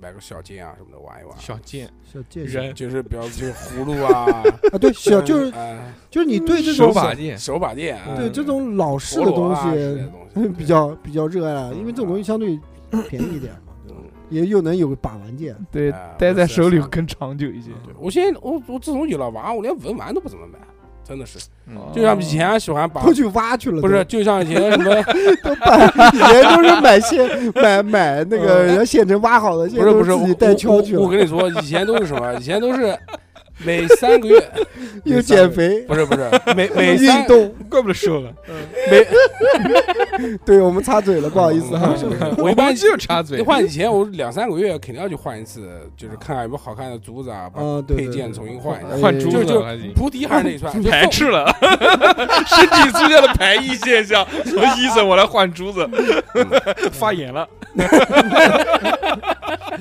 买个小剑啊什么的玩一玩，
小 贱
小借鉴
人
就是比方就是葫芦啊，
啊，对，小 就是
嗯
就是你对这
手
种
把剑
嗯，手把剑啊，
对这种老式
陀
的
螺
东
啊之类的
西
东西
比较比较热爱了，
嗯
因为这种东西相对便宜一点 嘛，
对嗯
也又能有个把玩界。
对
啊
哎
待
我
在
是
手里
想
更长久一些。
对我现在我我自从有了娃，我连文玩都不怎么买，真的是，
哦
嗯
就像
哦
以前喜欢把
都去挖去了，
不是，就像以 前什么
都把以 前都是买现 买买那个人家县城挖好的，现
嗯不
在
是
都
不是
自
我
己带锹去
我我我
了，
跟你说，以前都是什么？以前都是每三个月，
又减肥，
不是 不是，每每
运
三
动。
怪不得瘦了。
每
对我们插嘴了，不好意思啊。
嗯我一般
就插嘴，
换以前我两三个月肯定要去换一次，就是看看有没有好看的竹子啊，把
啊，对对
配件
对
重新换一
哎
下。
换珠
就
子
就
还行。
菩提还是那一 串，就
排斥了， 身体出现了排异现象。什么医生，我来换珠子，发炎了。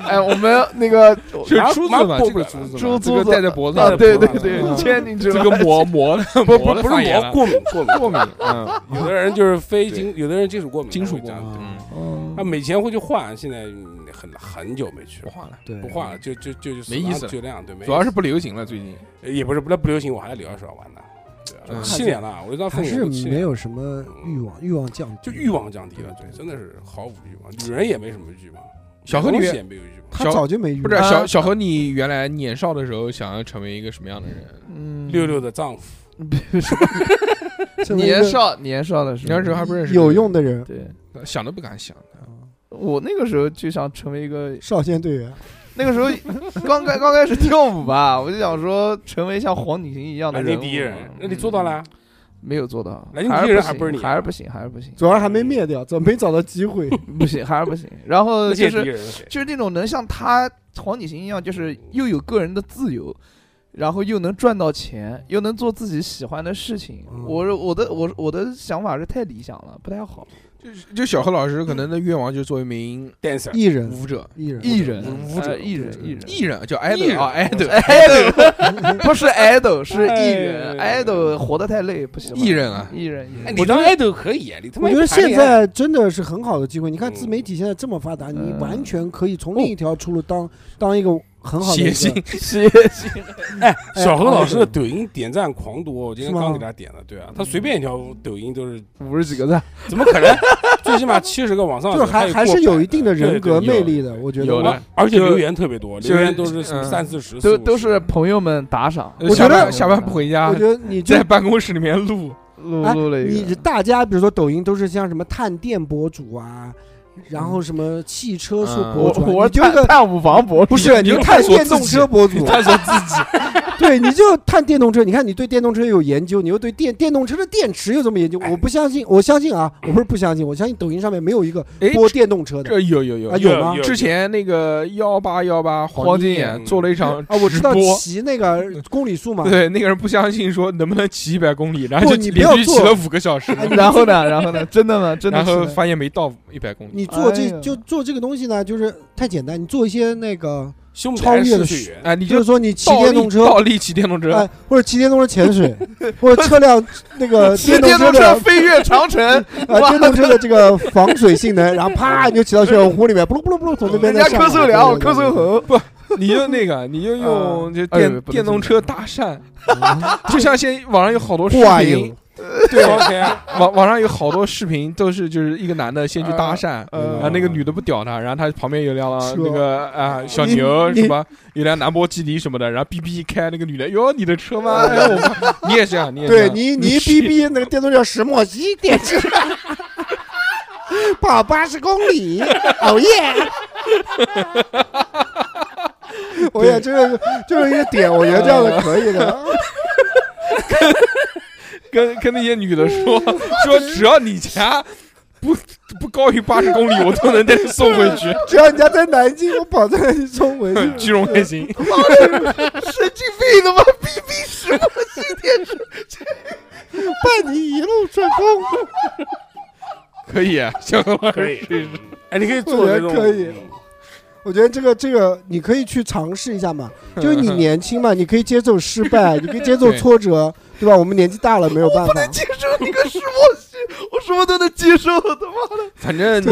哎，我们那个
是
然后
珠子
然后
嘛？
剥
这
不
个
了珠子
这
珠
嘛
个
子
戴在脖子
啊，
上，嗯
对对
脖子
对，
上
牵进去
这个磨磨的，磨
不不
的
不是
发炎
膜
了，
过敏过敏
过敏，嗯，
有的人就是非金，有的人金属过敏，
金属过
这样
敏，
子
嗯，
哦
嗯
他每前会去换，现在嗯很很久没去
不
了，
换了，
对
不换了，就就就就
没意思了
就那样，对，没
主要
意
是不流行了，最近
思也不是不那不流行，我还在聊少玩呢，对啊
嗯
七年了，我就当父
还
母
是
都七年
没有什么欲望，欲望降低，
就欲望降低了，对，真的是毫无欲望，女人也没什么欲望，
小何
东
你
西也没有欲望，
他
小
早就没欲望。
不是
啊
小小何，你原来年少的时候想要成为一个什么样的人？
嗯，
六六的丈夫，
成为一个
年少年少的时候，
那时候还不认识
有用的人，
对。
想都不敢想。
我那个时候就想成为一个，
少先队员，
那个时候刚开刚开始跳舞吧，我就想说成为像黄景行一样的
南
人
京
物。
第一人，那你
嗯
做到了啊？
没有做到，
南京第一人还
还
不是你
还是不行，还是不行，
主要还没灭掉，怎么没找到机会？
不行，还是不行。然后
呃
那
就
些第一
是
人是谁？
就是那种能像他黄景行一样，就是又有个人的自由，然后又能赚到钱，又能做自己喜欢的事情。
嗯
我我的我我的想法是太理想了，不太好。
就就小何老师可能的愿望就是做一名
dancer，
艺人，
舞者、
艺人，
艺人
舞，者
呃艺人，艺人，
艺人，叫
艺
idol
人
啊，idol
哎，不是 idol，是艺人。
哎
idol 活得太累，不喜欢。
艺人啊，
艺人，艺
哎
人，
你当 idol 可以，啊你他妈
我觉得
谈恋
现
爱
在真的是很好的机会。你看
嗯
自媒体现在这么发达，你
嗯
完全可以从另一条出路当当一个很好的一
谐
个
星。
谢谢。
哎
小何老师的抖音点赞狂多，我今天
是吗
刚给他点的，对啊，他随便一条抖音都是，
五十几个赞，
怎么可能？ 最起码七十个往 上
就
走，
是
他
还
也
还
过
是
百
有
的
一定的人格
对对
魅
有
力的，我觉得啊
有的
我。
而而且
就
留言特别多，
就
留言都是什么
嗯
三四十，
都
四五
都
十
是朋友们打赏。
我觉
呃下
得
班下班不回家
我觉，得你就
啊在办公室里面录，
录
哎
录了一
你
个，
大家比如说抖音都是像什么探店博主啊，然后什么汽车说
嗯
博
我
主啊，
我
你就是
探
个
探五房博主，
不是你就
你
探
探索
电动
自己
车博主，啊
探索自己，
对，你就探电动车。你看你对电动车有研究，你又对电电动车的电池有这么研究，我不相信，我相信啊，我不是不相信，我相信抖音上面没有一个
哎，
播电动车的
这有有有
啊，有吗？
之前那个幺八幺八黄金眼
嗯
做了一场
啊，我
直
知道
播，
骑那个公里数嘛，
对那个人不相信，说能不能骑一百公里，然后
不
就
你不
连
要
续骑
做
了五个小 时，
然后呢？然后呢？真的吗？真的
然
是
后
的？
发现没到一百公里。
你做
哎
这
呀
就做这个东西呢，就是太简单，你做一些那个，
胸
超
前
越了
失血缘，
哎，你
就
就是
说你骑
倒立
电动车。
倒立骑电动车
哎，，或者骑电动车潜 水，或者车辆那个
骑
电动
电
车
动
的
车飞越长 城，
啊，电动车的这个防水性能，然后啪你就骑到漩涡湖里面，不噜不噜不噜从那边
人家
再上来
柯受良，我柯受
对对对
恒，
你就那个，你就用就
哎
电
不能
电动车搭讪，
啊
就像现在网上有好多视
哇
频
哟，
对，啊双前
网网上有好多视频都是就是一个男的先去搭讪，啊
呃
然后那个女的不屌他，然后他旁边有辆
车
那个啊小
你
牛
你
什么，有辆兰博基尼什么的，然后哔哔一开，那个女的哟你的车吗？哎我怕你也这样，你也这
对
样
你，你逼逼那个电动车石墨烯电池， 跑八十公里，哦耶！我也这个就是一个点，我觉得这样的可以的。
跟跟那些女的说说只要你家不不高于八十公里，我都能带你送回去，
只要人家在南京，我跑在中回去。
居荣还行。
神经病他妈逼逼死我！
伴你一路顺风。
可以，啊小何老
可
师
以， 哎，你可以做这种
可以
嗯
我觉得这个这个你可以去尝试一下嘛，就是你年轻嘛，你可以接受失败，你可以接受
对
挫折，对吧？我们年纪大了没有办法。
接受你个石墨烯，我什么都能接受，他妈的！
反正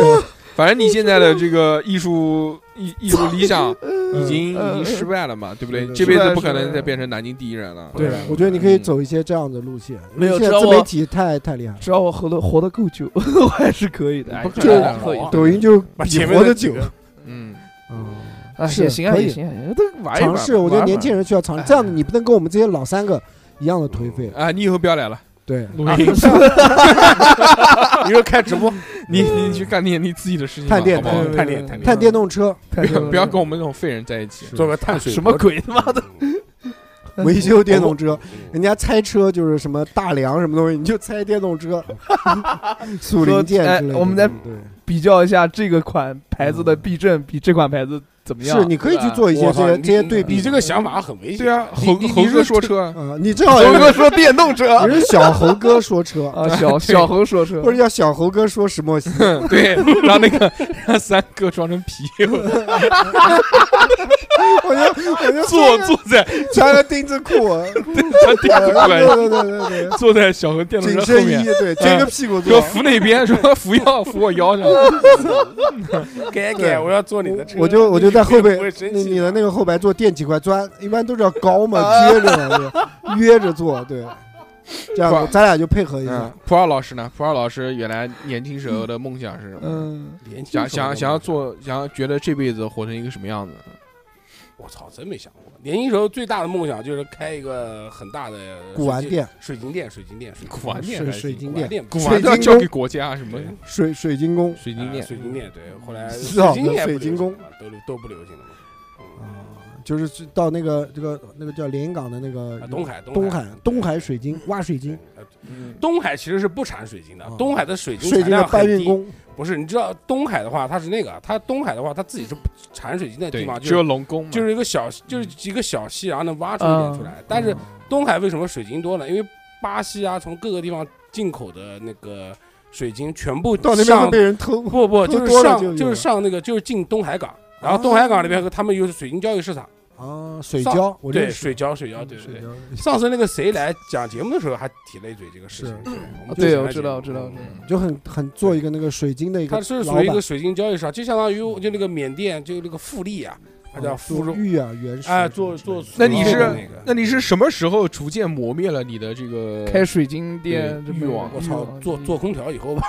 反正你现在的这个艺术艺艺术理想已
嗯
经已经失败了嘛，对不对？
对对
这辈
失败
子
了
不可
失败
能
了
再变成南京第一人了。
对，啊我觉得你可以
嗯
走一些这样的路线。
没有
现在
只要
自
我
媒体太太厉害了。
只要我活得活得够久， 我还是可以的。哎
不
这
可
个
能
可以
啊
抖音就
把
比
前面
活
的
得
几
久
个。
嗯，
嗯，
哎
是
也行啊，
可以
也行啊，都玩一玩吧
尝试，我觉得
玩一玩
年轻人就要尝
哎
试，这样你不能跟我们这些老三个一样的颓废。
嗯
啊，你以后不要来了，
对，
录
啊
音，
你就开直播，
你你去干点你自己的事情吧，
探店
好不好
探？
探店探店
看电动车
嗯
不要不要 跟我
们
们这种废人在一起。
做个碳水
什么鬼 他妈的！
维修电动车，人
嗯
家拆车就是什么大梁什么东西，你就拆电动 车，属
说
零件之类
哎
的。
我们再
对，
比较一下这个款牌子的避震比这款牌子怎么
嗯
样？
是你可以去做一些
我
这
操
些
你
这些对
你
比
这。个想法很危险。
对啊，猴
你你
猴
你
哥
是
说车，
啊，你 正好
猴
也
哥说电动车
你是小猴哥说车，
啊，小小猴说车
或者叫小猴哥说石墨烯，
对，让那个让三哥装成皮，
我就我就
坐坐在
穿个丁字 裤，
呃
他电子过来
对，对对对对。
坐在小何电动
紧
车后
身衣
面，，
对，撅个屁股
说
坐。
扶那边，说扶腰扶我腰上。
嗯
改改，我要 坐你的车，
我就我就在后背
不会，生
你
气啊
你的
的
那个后排座垫几块砖，一般都是要高嘛， 撅着嘛，对约着坐，对，这样
哇
咱俩就配合一
嗯
下。，
普洱老师呢？普洱老师原来年轻时候的梦想是什么？
嗯，
年轻
想
时候
想
的
想要做，想要觉得这辈子活成一个什么样子？
我操，真没想过。年轻时候最大的梦想就是开一个很大的
古玩店、
水晶店、水晶店、水晶
古玩店
是
还是
水
店、
晶
古
店、
玩店、
古
水
玩
晶
要交
宫
给国家什么
对
水水晶宫，
水
水
晶店？
水晶店对。后来
是啊
晶也
水
不
晶
流行
宫
了都都不流行了嘛。嗯
就是去到那个这个那个叫连云港的那个
啊东海，
东
海
海，东海水晶挖水晶，
对呃
嗯
东海其实是不产水晶的
啊，
东海的水晶
水
产
晶的
量
搬
很
运
低
工，
不是，你知道东海的话，它是那个，它东海的话，它自己是不产水晶的地
对
方，，
只
嗯就
有
是
龙宫嘛，
就是一个
嗯
小，就是几个小溪，然后能挖出一点出来。但是
嗯
东海为什么水晶多呢？因为巴西啊，从各个地方进口的那个水晶全部
到那边会
上
被人偷。
不不
偷
就是
多了
上
就有
是
了
上那个就是进东海港，然后东海港那边他们有水晶交易市场，
啊，水
上
胶，我
对
认识
水胶水胶对对
嗯水
对。
胶。
上次那个谁来讲节目的时候还提了一嘴这个事情，
是
对我们
对
之前
我
的
知
节
道
目
我知道
嗯
我知道
就很很做一个那个水晶的一个
它
老
是
板，
属于一个水晶交易市场，就相当于就那个缅甸就那个富力啊，它叫
啊
福
做
州
玉啊原石
啊，
什么
做
之类
做
的。
苏
那你
州
是
的那个
那你是什么时候逐渐磨灭了你的这个
开水晶店
对欲望
我操，
嗯
做做，空调以 后吧，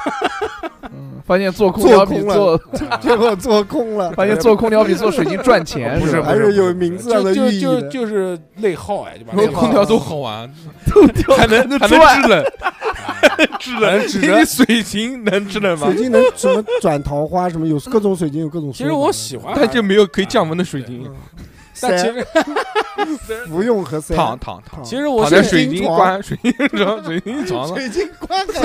嗯发现做空
做
调比
空了
做
结果做空 了，
发现做空调比做水晶赚 钱，
不是
吧
还是有名字上
就
的
就
寓意
就
的。
就是内耗哎，就把
那
内
空
耗
调多好玩，
空调
还能还能
赚
制冷， 只能
指
你
着
你水晶能制冷吗
水？晶能什么转桃花什么，有各种水晶有各种说法。
其实我喜欢，
但就没有可以降温的水晶，
但其
三嗯
实
服用和塞
躺躺躺，
躺
其实我
躺
现
在
在
水
水
晶
晶床
关水晶床水晶床 上，
水晶棺 材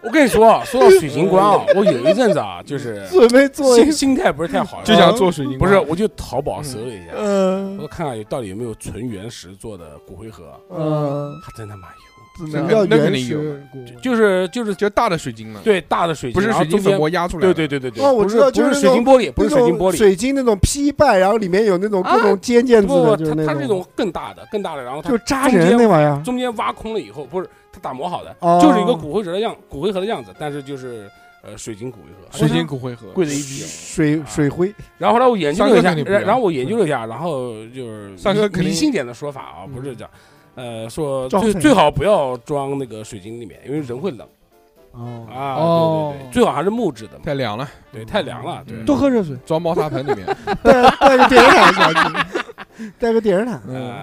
我跟你说啊，说到水晶棺啊，我有一阵子啊， 就是
准备做一
心心态不是太好，
就想做水晶
不
棺，
是，我就淘宝搜了一下，
嗯
我看看有到底有没有纯原石做的骨灰盒，
嗯，
还真他妈有，
什
那
么叫
那肯
原
定有
始骨？
就是就是
就大的水晶了，
对大的水晶，
不是
然后
水晶
中间
粉末压出来
对
的，
对对对对，
哦我
不是
知道就
不
是
是
那
水
种
晶玻璃，不是水
那
晶
种
玻璃，
水晶那种劈半，然后里面有那种各种尖尖
不
子的，就
不，
是
它它
那
这种更大的更大的，然后它
就扎人那玩意儿。
中间挖空了以后，不是它打磨好的，
哦
就是一个骨灰盒的样，骨灰盒的样子，但是就是呃水晶骨灰盒，
水晶骨灰盒，
贵的一哦逼。
水水灰，
然后后来我研究了一下，
三哥肯定不一样
然然后我研究了一下，然后就是
三哥肯定
迷信点的说法啊，
嗯
不是讲，呃，说
装
最
水
最好不要装那个水晶里面，因为人会冷
哦，
啊。
哦
对对对，最好还是木质的嘛，
太凉了，
对，太凉了，对
嗯。
多喝热水，
装猫砂盆里面。
带 带个电热毯下去，带个电热毯
啊
嗯，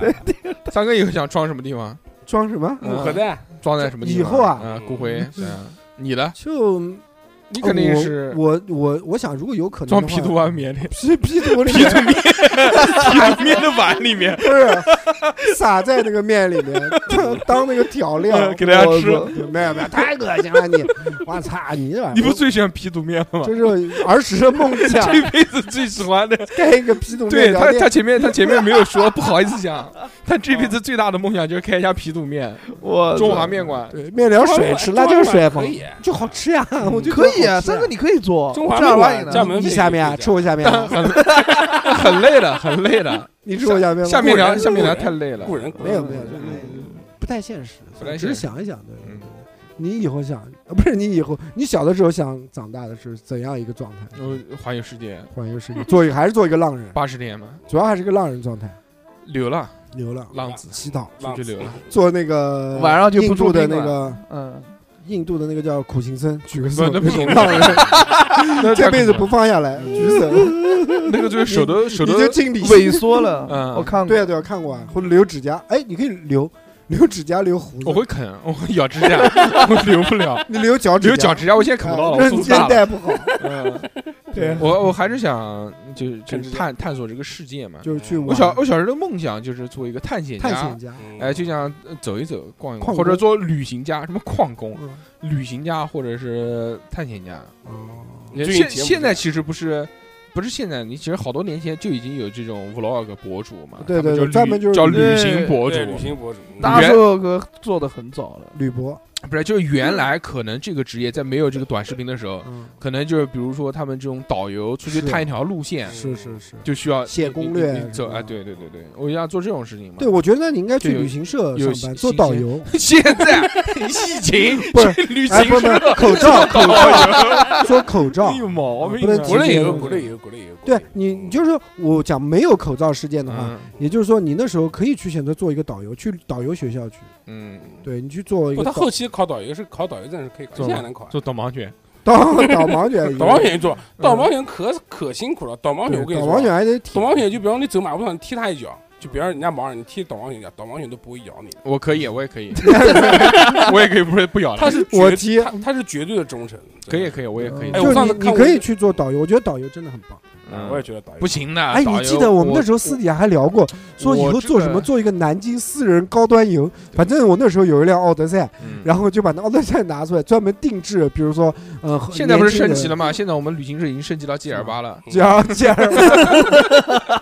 三哥以后想装什么地方？
装什么？
木盒 袋，
装在什么地
以
方？
后啊
骨灰。
嗯
对啊你呢？
就
你
你
肯定是
哦我我我想，如果有可能的话
装 P 啊图碗 棉里
P P 图里面
，P 图面的碗里 面。
不是撒在那个面里面当当那个调料
给大家吃
我没有没有，太恶心了你！我操你这玩意
你
儿
不，最喜欢 P 图面了吗？
就是儿时的梦想，
这辈子最喜欢的，
盖一个 P 图
对
面
他
聊
他
天，
前面他前面没有 说，不好意思讲，他这辈子最大的梦想就是开一家皮肚面，
嗯
我
中华面馆。
对面聊水吃辣椒水嘛
可，以，
就好吃呀，我就
可以啊，
三
三哥你可以做，
中华
正儿
面
八经
馆加
的。
盟
你
费
下面啊，
可以
吃我下面啊，
很累的，很 累的。
你吃我下面吗，
下面
两
聊
人
下面聊太累了
雇，人雇
没
人
有没有，没有不太现实，
不太现实
只是想一想，对对
嗯
对。你以后想，啊不是你以后，你小的时候想长大的是怎样一个状态？
呃环游世界
环游世界，做一个还是做一个浪人，
八十天嘛，
主要还是个浪人状态，
流浪
流浪、
浪子
乞讨，
出
浪
去
子嗯
流浪，
做那 个
晚上就不
印
住
度的
宾
那
馆
个
嗯，
印度的那个叫苦行僧，举个手
不那不
那种
行
浪人，
那太
这辈子
恐
不
怖
放下来，举 手，
了那个就是手都手
你
都
就敬礼。
萎缩了。
嗯
我看过
对啊对啊，看过啊，或者留指甲，哎，你可以留留指甲，留胡
嗯我
子，
会啃，我会咬指 甲，我留不了，
你留脚趾，
留脚趾甲，我现在啃不到了，我
韧
肚子
韧
大了。
带不好，
嗯
对，啊
我我还是想就就
啃指
是
甲
探探索这个世界嘛。
就是去
我
玩
小我小时候的梦想就是做一个探险
探
家
险，家，
嗯
哎，就想呃走一走、逛一逛，
矿
或
工
者做旅行家，什么矿工、
嗯
旅行家或者是探险家。
哦，
嗯最近
现
节目
现在其实不是，不是现在，你其实好多年前就已经有这种 vlog 博主嘛，
对
他们
对对
叫
专
旅
门就是
叫
旅
旅行博主
对，旅行博主，嗯
大寿哥做的很早了，
铝箔，
不是，就是原来可能这个职业在没有这个短视频的时候，
嗯，
可能就是比如说他们这种导游出去
是
探一条路线，
嗯是是是，
就需要
写
你
攻
你
略
你
什
走
么
啊，
的
对对对对，我要做这种事情嘛。
对，我觉得你应该去
就有
旅行社
有
上
新
班做导
新
游，
现在 疫情
不是
去 旅
哎，不
行
不
社，，
口罩， 口罩，说口罩
你，有毛病
哦不能
啊！
直
国内
接
也有，
的
国内也有，国内也有。嗯
对你，你就是说我讲没有口罩事件的话，
嗯
也就是说你那时候可以去选择做一个导游，去导游学校去，
嗯，
对你去做一
不，
个
他
导
后期考导游是考导游证是可以考，
做
现在还能考啊。
做导盲犬，
导导盲犬，
导盲犬做，导盲犬可可辛苦了。导盲
嗯对
犬我跟你
导
说，啊
盲犬，还得挺
导盲犬就比方你走马路上你踢它一脚，就别让人家盲人，你踢导盲犬一脚，导盲犬都不会咬你的。
我可以，我 也可以， 我也可以，不是不咬
它
了，
是
我
绝
踢
它它是绝对的忠诚。
可以可以，我也可以
哎，
就
我
是
上次
你你
看
可
过
以去做导游，觉得导游真的很棒。
嗯
我也觉得导游
不。行的。
哎，
导
你
游
记得我们那时候
我嗯
私底下还聊过，说以
我
后
这
做什
个
么，做一个南京私人高端游。反正我那时候有一辆奥德赛，
嗯
然后就把那奥德赛拿出来，专门定制，比如说，呃，和
现在不是升级
年
了吗？现在我们旅行社已经升级到 G 二八了。
轻人，这 样这样，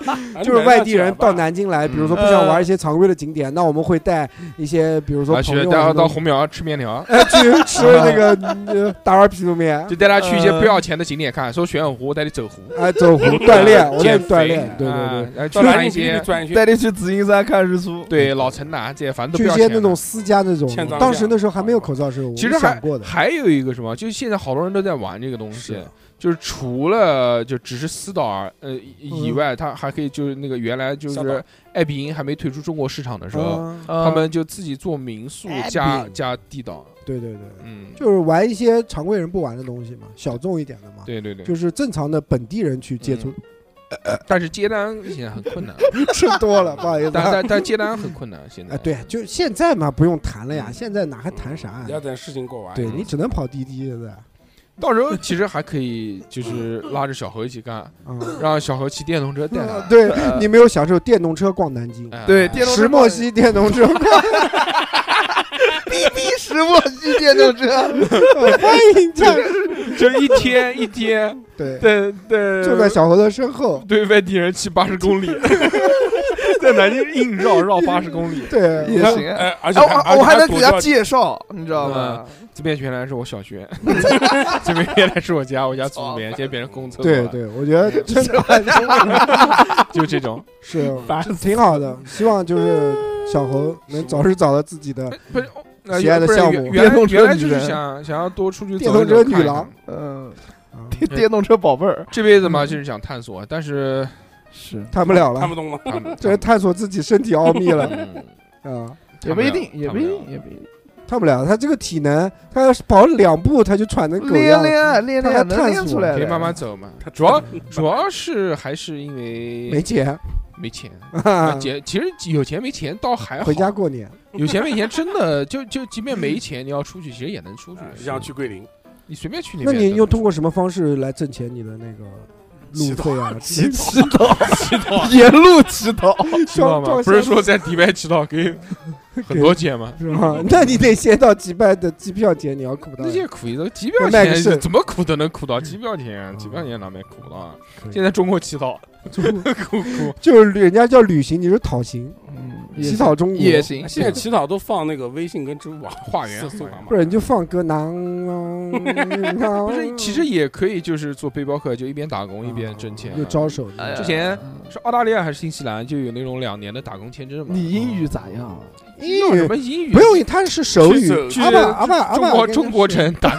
啊你
就是
买辆
外地人
车吧
到南京来，
嗯
比如说不想玩一些常规的景点，那我们会带一些，比如说
而
朋
且
友
带
啊
他
什
到
么的
红苗吃面条，
哎 去吃那个呃大碗皮肚面
就，带他去一些
呃
不要钱的景点看，说玄武湖，我带你走湖，啊
哎，走湖锻炼，我带
减
你锻
肥，
炼，对对对
啊，，然后去
到
看
南
一
京必须
些
转一圈，
带你去紫金山看日出。
对老城南这些，反正都
去
不
一
要
些
钱
那
的
种。私家那种
欠，账
当时那时候还没有口罩的时候，我
啊其实还
想过的，
还有一个什么，就是现在好多人都在玩这个东西，就是除了就只是私导而呃以以
嗯
外，它还可以就是那个原来就
下导
是爱彼迎还没退出中国市场的时候，
嗯，
他
他 们就自己做民宿
爱
加
彼迎
加地导，
对对对，
嗯，
就是玩一些常规人不玩的东西嘛，小众一点的嘛，
对对对，
就是正常的本地人去接触
但是接单现在很困 难，
吃多了，不好意思
但
啊。
但但接单很困 难，现在
哎，对，就现在嘛，不用谈了呀，现在哪还谈啥啊
你？要等事情过完，
对你只能跑滴滴现在。
到时候其实还可以，就是拉着小何一起干，
嗯，
让小何骑电动车带他。
对你没有享受电动车逛南京，
哎
对电动车
石墨烯电动车，
滴滴石墨烯电动车，
欢迎驾驶。
就是一天一天，
对，
等等，
就在小猴的身 后。
对外地人骑八十公里， 在南京硬绕绕八十公里。
对，
也行啊。
哎，而且
哎，我
而
我
且
还能
躲
给他
掉
介绍，你知道吗？
这边原来是我小学， 这边原来是我家，我 家住里面，现在变成公厕了。
对对，我觉得真的很聪 明
就这种。
是挺好的。希望就是小猴能早日找到自己的
不是，哦那
喜爱的
不是
项
原
目
原
电动
来
车
原来
女
就是
人
想想要多出去
电
走
动
一走
车女
看一
郎嗯
看。
嗯，
啊
电电动车宝贝儿
这辈子嘛，就是想探索，但 是
是
谈不了了
看，不懂 了。
他们
这是探索自己身体奥秘了
嗯
啊，
也不一定，
看不了
也不一定，也不一定。
探不了。他这个体能，他要是跑两步他就喘成狗
练
样了，
练练
他还
练能
探
练
索
出来的，
可以慢慢走嘛。主要主要是还是因
没
为
钱，啊
没钱，姐其实有钱没钱倒还好。
回家过年。
有钱没钱真的就就即 便没钱，你要出去其实也能哎出去，
就像去桂林，
你随便去里
那
面都能。
你又通过什么方式来挣钱？你的那个路费啊，
祈祈祷，祈 祷，沿路祈祷，
知
装
道吗？
装
不是说在迪拜祈 祷给很多钱吗？
是吗？啊那你得先到迪拜的机票钱，你要苦到
那些苦一都机票
卖个
钱
肾嗯
怎么苦都能苦到机票钱，啊机票钱哪没苦到啊？现在中国 乞讨，苦苦
就是人家叫旅行，你是讨行，
嗯，也
乞
行
讨中国
也行，
现在乞讨都放那个微信跟 支付宝
化缘
四四
化
款
缘
嘛
不然你就放歌 囊。
不
不
是， 其实也可以就是做背包客，就一边打工一边挣钱
嗯
啊
有
嘛。
招手。
哎呀
之前是澳大利亚还是新西兰就有那种两年的打工签证嘛？
你英语咋样啊？
英
有什
语
么英语？
不用，他是手语
去手。
去
阿爸阿爸阿
中
爸，
国
我跟
中国
你说
城打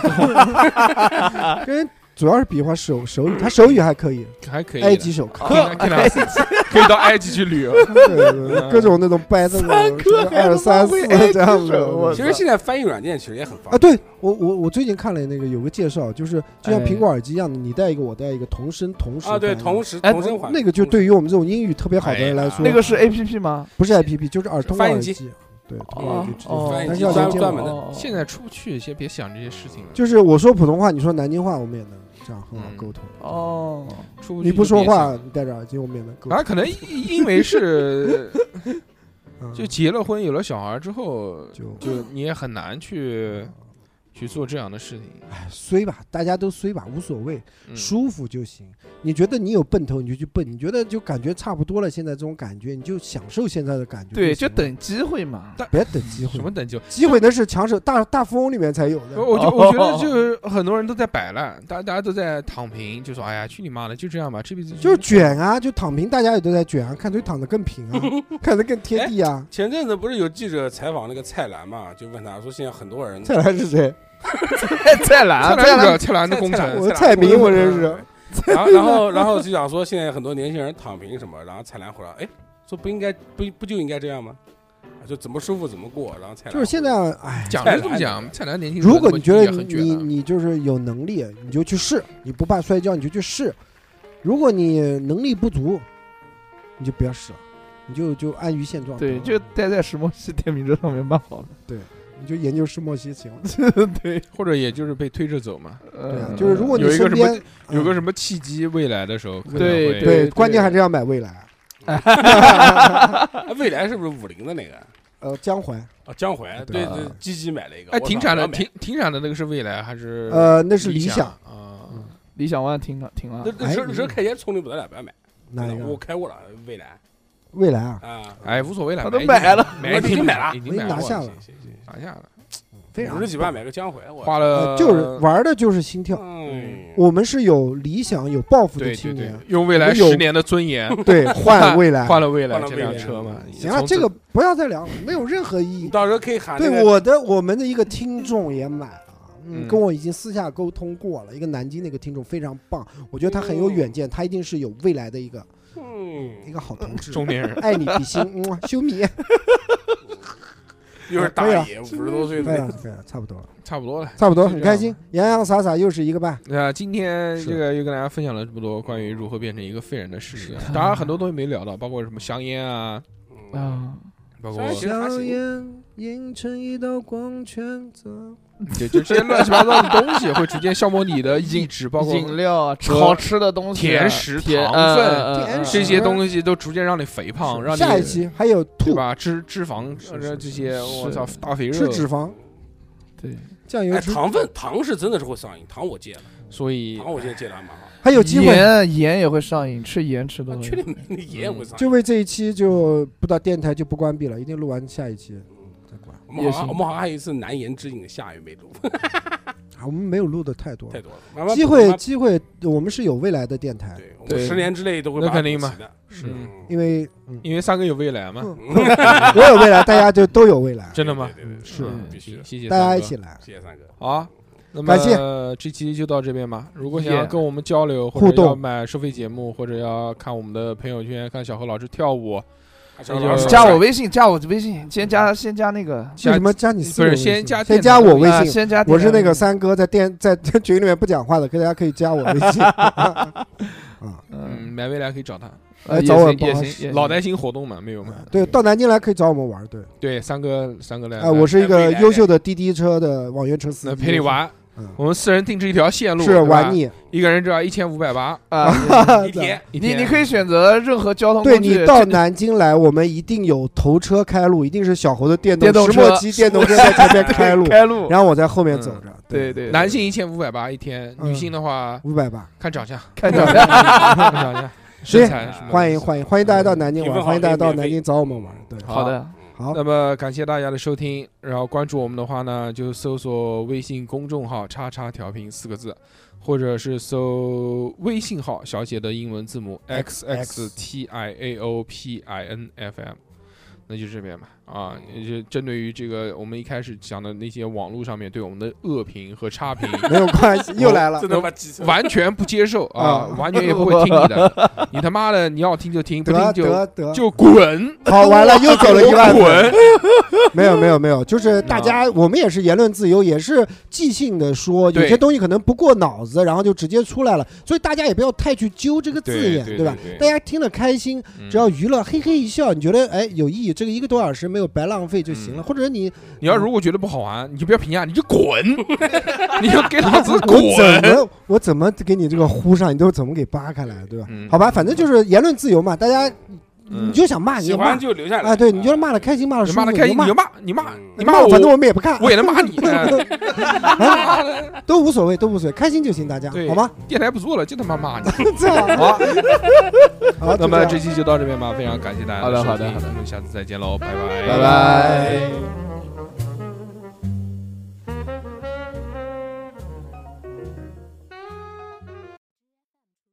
跟主要是比划手手语，他手语还可以，
还可以的，
埃及哦手铐，
可以可以
哎
拿可以到埃及去旅 游。
对对对各种那种掰的那种
哥
二
还他妈
三
会
四
埃及
这样子
手我
的。
其实现在翻译软件其实也很方
啊，
便，
对我我我最近看了那个有个介绍，就是就像
哎
苹果耳机一样的，你戴一个我戴一个，同声同时
啊，对，
翻译
同时
哎
同声环
那个就对于我们这种英语特别好的人来说，
那个是 A P P 吗？
不是 APP，就是耳通
翻译
耳
机
机， 对，通过耳
哦
机直接
哦，
翻
翻
译，
译
但
机
是要
专
连接
专
网
门的
哦
现在出去先别想这些事情了，
就是我说普通话，你说南京话，我们也能这样很好
嗯
沟通。
哦，
出去
你不
就
说
别
话，
想
你戴着耳机，我们也能 沟
啊，
通。
可能因因 为是
嗯
就结了婚有了小孩之后，
就
就你也很难去去做这样的事情。
哎，衰吧，大家都衰吧，无所谓，
嗯
舒服就行。你觉得你有奔头，你就去奔；你觉得就感觉差不多了，现在这种感觉，你就享受现在的感觉。
对，就，等机会嘛。
别等机会
什。么等级？
机会那是抢手，大大富翁里面才有的。
我我就我觉得就是很多人都在摆烂，大大家都在躺平，就说哎呀去你妈的，就这样吧，这辈子
就是卷啊，就躺平，大家也都在卷啊，看谁躺得更平 啊，看得更贴地啊。
前阵子不是有记者采访那个蔡澜嘛，就问他说现在很多人
蔡澜是谁？
哎， 再来啊，
蔡
再
澜
来
的，蔡澜的工嗯
蔡
程
澜，
我蔡明我认识。
然后，然后，然后就想说，现在很多年轻人躺平什么，然后蔡澜回来，哎，说不应该，不不就应该这样吗？啊就怎么舒服怎么过，然后蔡澜
就是现在，哎，
讲是这么讲，蔡澜年轻的时候
如果你觉
也
得
很
你
卷啊
你
的
你就是有能力，你就去试，你不怕摔跤你就去试。如果你能力不足，你就不要试了，你就就安于现状。
对，就待在石墨烯 电瓶车上面蛮好的。
你就研究石墨烯 行了。
对，
或者也就是被推着走嘛，
对啊
嗯，
就是如果你
有一个
身
什么
边
有个什
么
么契机，未来的时候可能
对
对，
会
对
关键还是要买蔚来，
哎未来是不是武林的那个
呃，江淮，
啊？江淮
对
对
啊
对，积极买了一个，
哎
我
停产
想
的
要买
停停产的那个是未来还是
呃，那是
理
理
想
想，嗯
啊？
理想 ONE 停了停了
那，那
哎
时候
你
时候开钱冲你不得了，不要买，
哪一
真的我
个？
开过了未来
蔚来啊，
啊，
哎，无所谓了，
他都
已经
买了
买
我已经买
了，
了
已经买
拿下了
行行行
拿下了，
非常
五十几万买个江淮，我
花
呃
了
就是玩的就是心跳。
嗯，
我们是有理想、有抱负的
对对
青
对
年，，
用未来
我有
十年的尊严
对，换蔚来。
换了未来
换了
这
未
辆
来
车嘛？
行啊，
从
这个不要再聊了，没有任何意
你
义。
到时候可以喊啊那
对
个
我的我们的一个听众也买了。嗯，
嗯
跟我已经私下沟通过了，一个南京那个听众非常棒，我觉得他很有远见，他一定是有未来的一个一
嗯，
个好同志，
中年人，
爱你比心，嗯，修米，
又是大
可以了
爷，五十多岁
对啊
的
了，哎对了，差不多了，
差不多了。
差不多，
就这
很
样
开心，洋洋洒洒又是一个半。
那今天
是
这个又跟大家分享了这么多关于如何变成一个废人的事情啊，当然很多东西没聊到，包括什么香烟啊，
嗯，
啊，
包括
香烟其实还行
烟映成一道光圈，走
就就这些乱七八糟的东西会逐渐消磨你的意志，包括啊
饮料、啊好吃的东西、
甜食
甜
糖
呃
分
呃呃
甜食
这些东西都逐渐让你肥胖，让你
下一期还有
对
吐
吧？脂脂肪
是
呃
是
这些，
是
我操，大肥
吃
肉，
脂肪，
对，
酱油
哎，
吃，
糖分糖是真的是会上瘾，糖我戒了，
所以
糖我现在戒的还蛮好，
还有机会。
盐盐也会上瘾，吃盐吃
哎
多
那
了。
啊确定
嗯
那盐会上瘾。
就为这一期就不到电台就不关闭了，一定录完下一期嗯再关。
我们好
也行
像我们好像还有一次难言之隐的下雨没录，
啊，我们没有录的太多
太
了，
多了。慢慢
机
慢
会
慢
机会，我们是有未来的电台，
对，我
对
们十年之内都会
那
把它
肯定
补
嘛
齐的，
是
嗯
因为嗯，
因为三哥有未来嘛，
我有未来，大家就都有未来，
真的吗？
对对对对，
是
嗯
必
必须
须，
的。
谢谢
大
三
家
哥
一起来
谢谢三哥，
好啊，那么
感谢
这期就到这边吧。如果想要
Yeah
跟我们交流，或
互
者要
动
买收费节目，或者要看我们的朋友圈，看小何老师跳舞，
还是
那
要
嗯
就
老师
加
帅
我微信，加我微信，先加先加那个，
为什么加你私
不
人
是
微信？
先加
先
电台
加我微
啊
信，
先加。
我是那个，三哥，在电在群里面不讲话的，可以大家可以加我微信。
嗯，
嗯，
买未来可以找他，
来
呃
哎找我
也行
帮
也行，
老
戴
带新活动嘛，没有嘛？
对，到南京来可以找我们玩。对，
对，三哥，三哥来，
哎，我是一
来
个
来来
优秀的滴滴车的网约车司
那
机，
陪你玩
嗯。
我们四人定制一条线路，
是
对吧
玩，你。
一个人只要一千五百八，
啊，
一天，
一
你
天
你可以选择任何交通工
对
具，
你到南京来，我们一定有头车开路，一定是小猴的电
电动
石
车，
墨烯电动车在前面开路
开路，
然后我在后面走着。
对对，
男性一千五百八一天，
嗯
女性的话
五百吧，
看长相，
看长相，
看长相，身材什么的，
欢迎欢迎欢迎大家到南京
评分
玩，
好
欢迎大家到
免费
南京找我们玩。对，
好
好的，
好，
那么感谢大家的收听，然后关注我们的话呢，就搜索微信公众号“叉叉调频”四个字，或者是搜微信号小写的英文字母 x x t i a o p i n f m，那就这边吧。啊，就针对于这个我们一开始讲的那些网络上面对我们的恶评和差 评，
没有关系，又来了
真。的把记错。
完全不接受 啊，
啊
完全也不会听你的，你他妈的你要听就听，不听
得
就
得得，
就滚，
好，完了又走了一万
给我滚。
没有没有没有，就是
嗯
大家我们也是言论自由，也是即兴的说，有
对
些东西可能不过脑子，然后就直接出来了，所以大家也不要太去揪这个字
对
眼，
对
吧
对对？
大家听了开心，
嗯
只要娱乐，嘿嘿一笑，你觉得哎有意义，这个一个多小时没有白浪费就行了，
嗯
或者你
你要如果觉得不好玩， 你就不要评价，你就滚，你就给老 子
我
滚。
怎么我怎么给你这个呼上，你都怎么给扒开来，对吧？
嗯
好吧，反正就是言论自由嘛，大家
嗯
你就想骂你
喜
也骂
欢，就留下来啊
哎，对，你就是骂的开心，骂的
你
舒
骂
服，
的开
你
心，
就骂
你就骂，你骂，
嗯
你骂我，
反正我们也不看，哎
我也能骂你。 哎
都无所谓，都无所谓，开心就行，大家
对
好吗？
电台不做了，就他妈 骂你。
这样
好，
好，就
那
这
么
样
这期就到这边吧，非常感谢大家。
好的好的好的
我们下次再见喽，拜拜，
拜拜。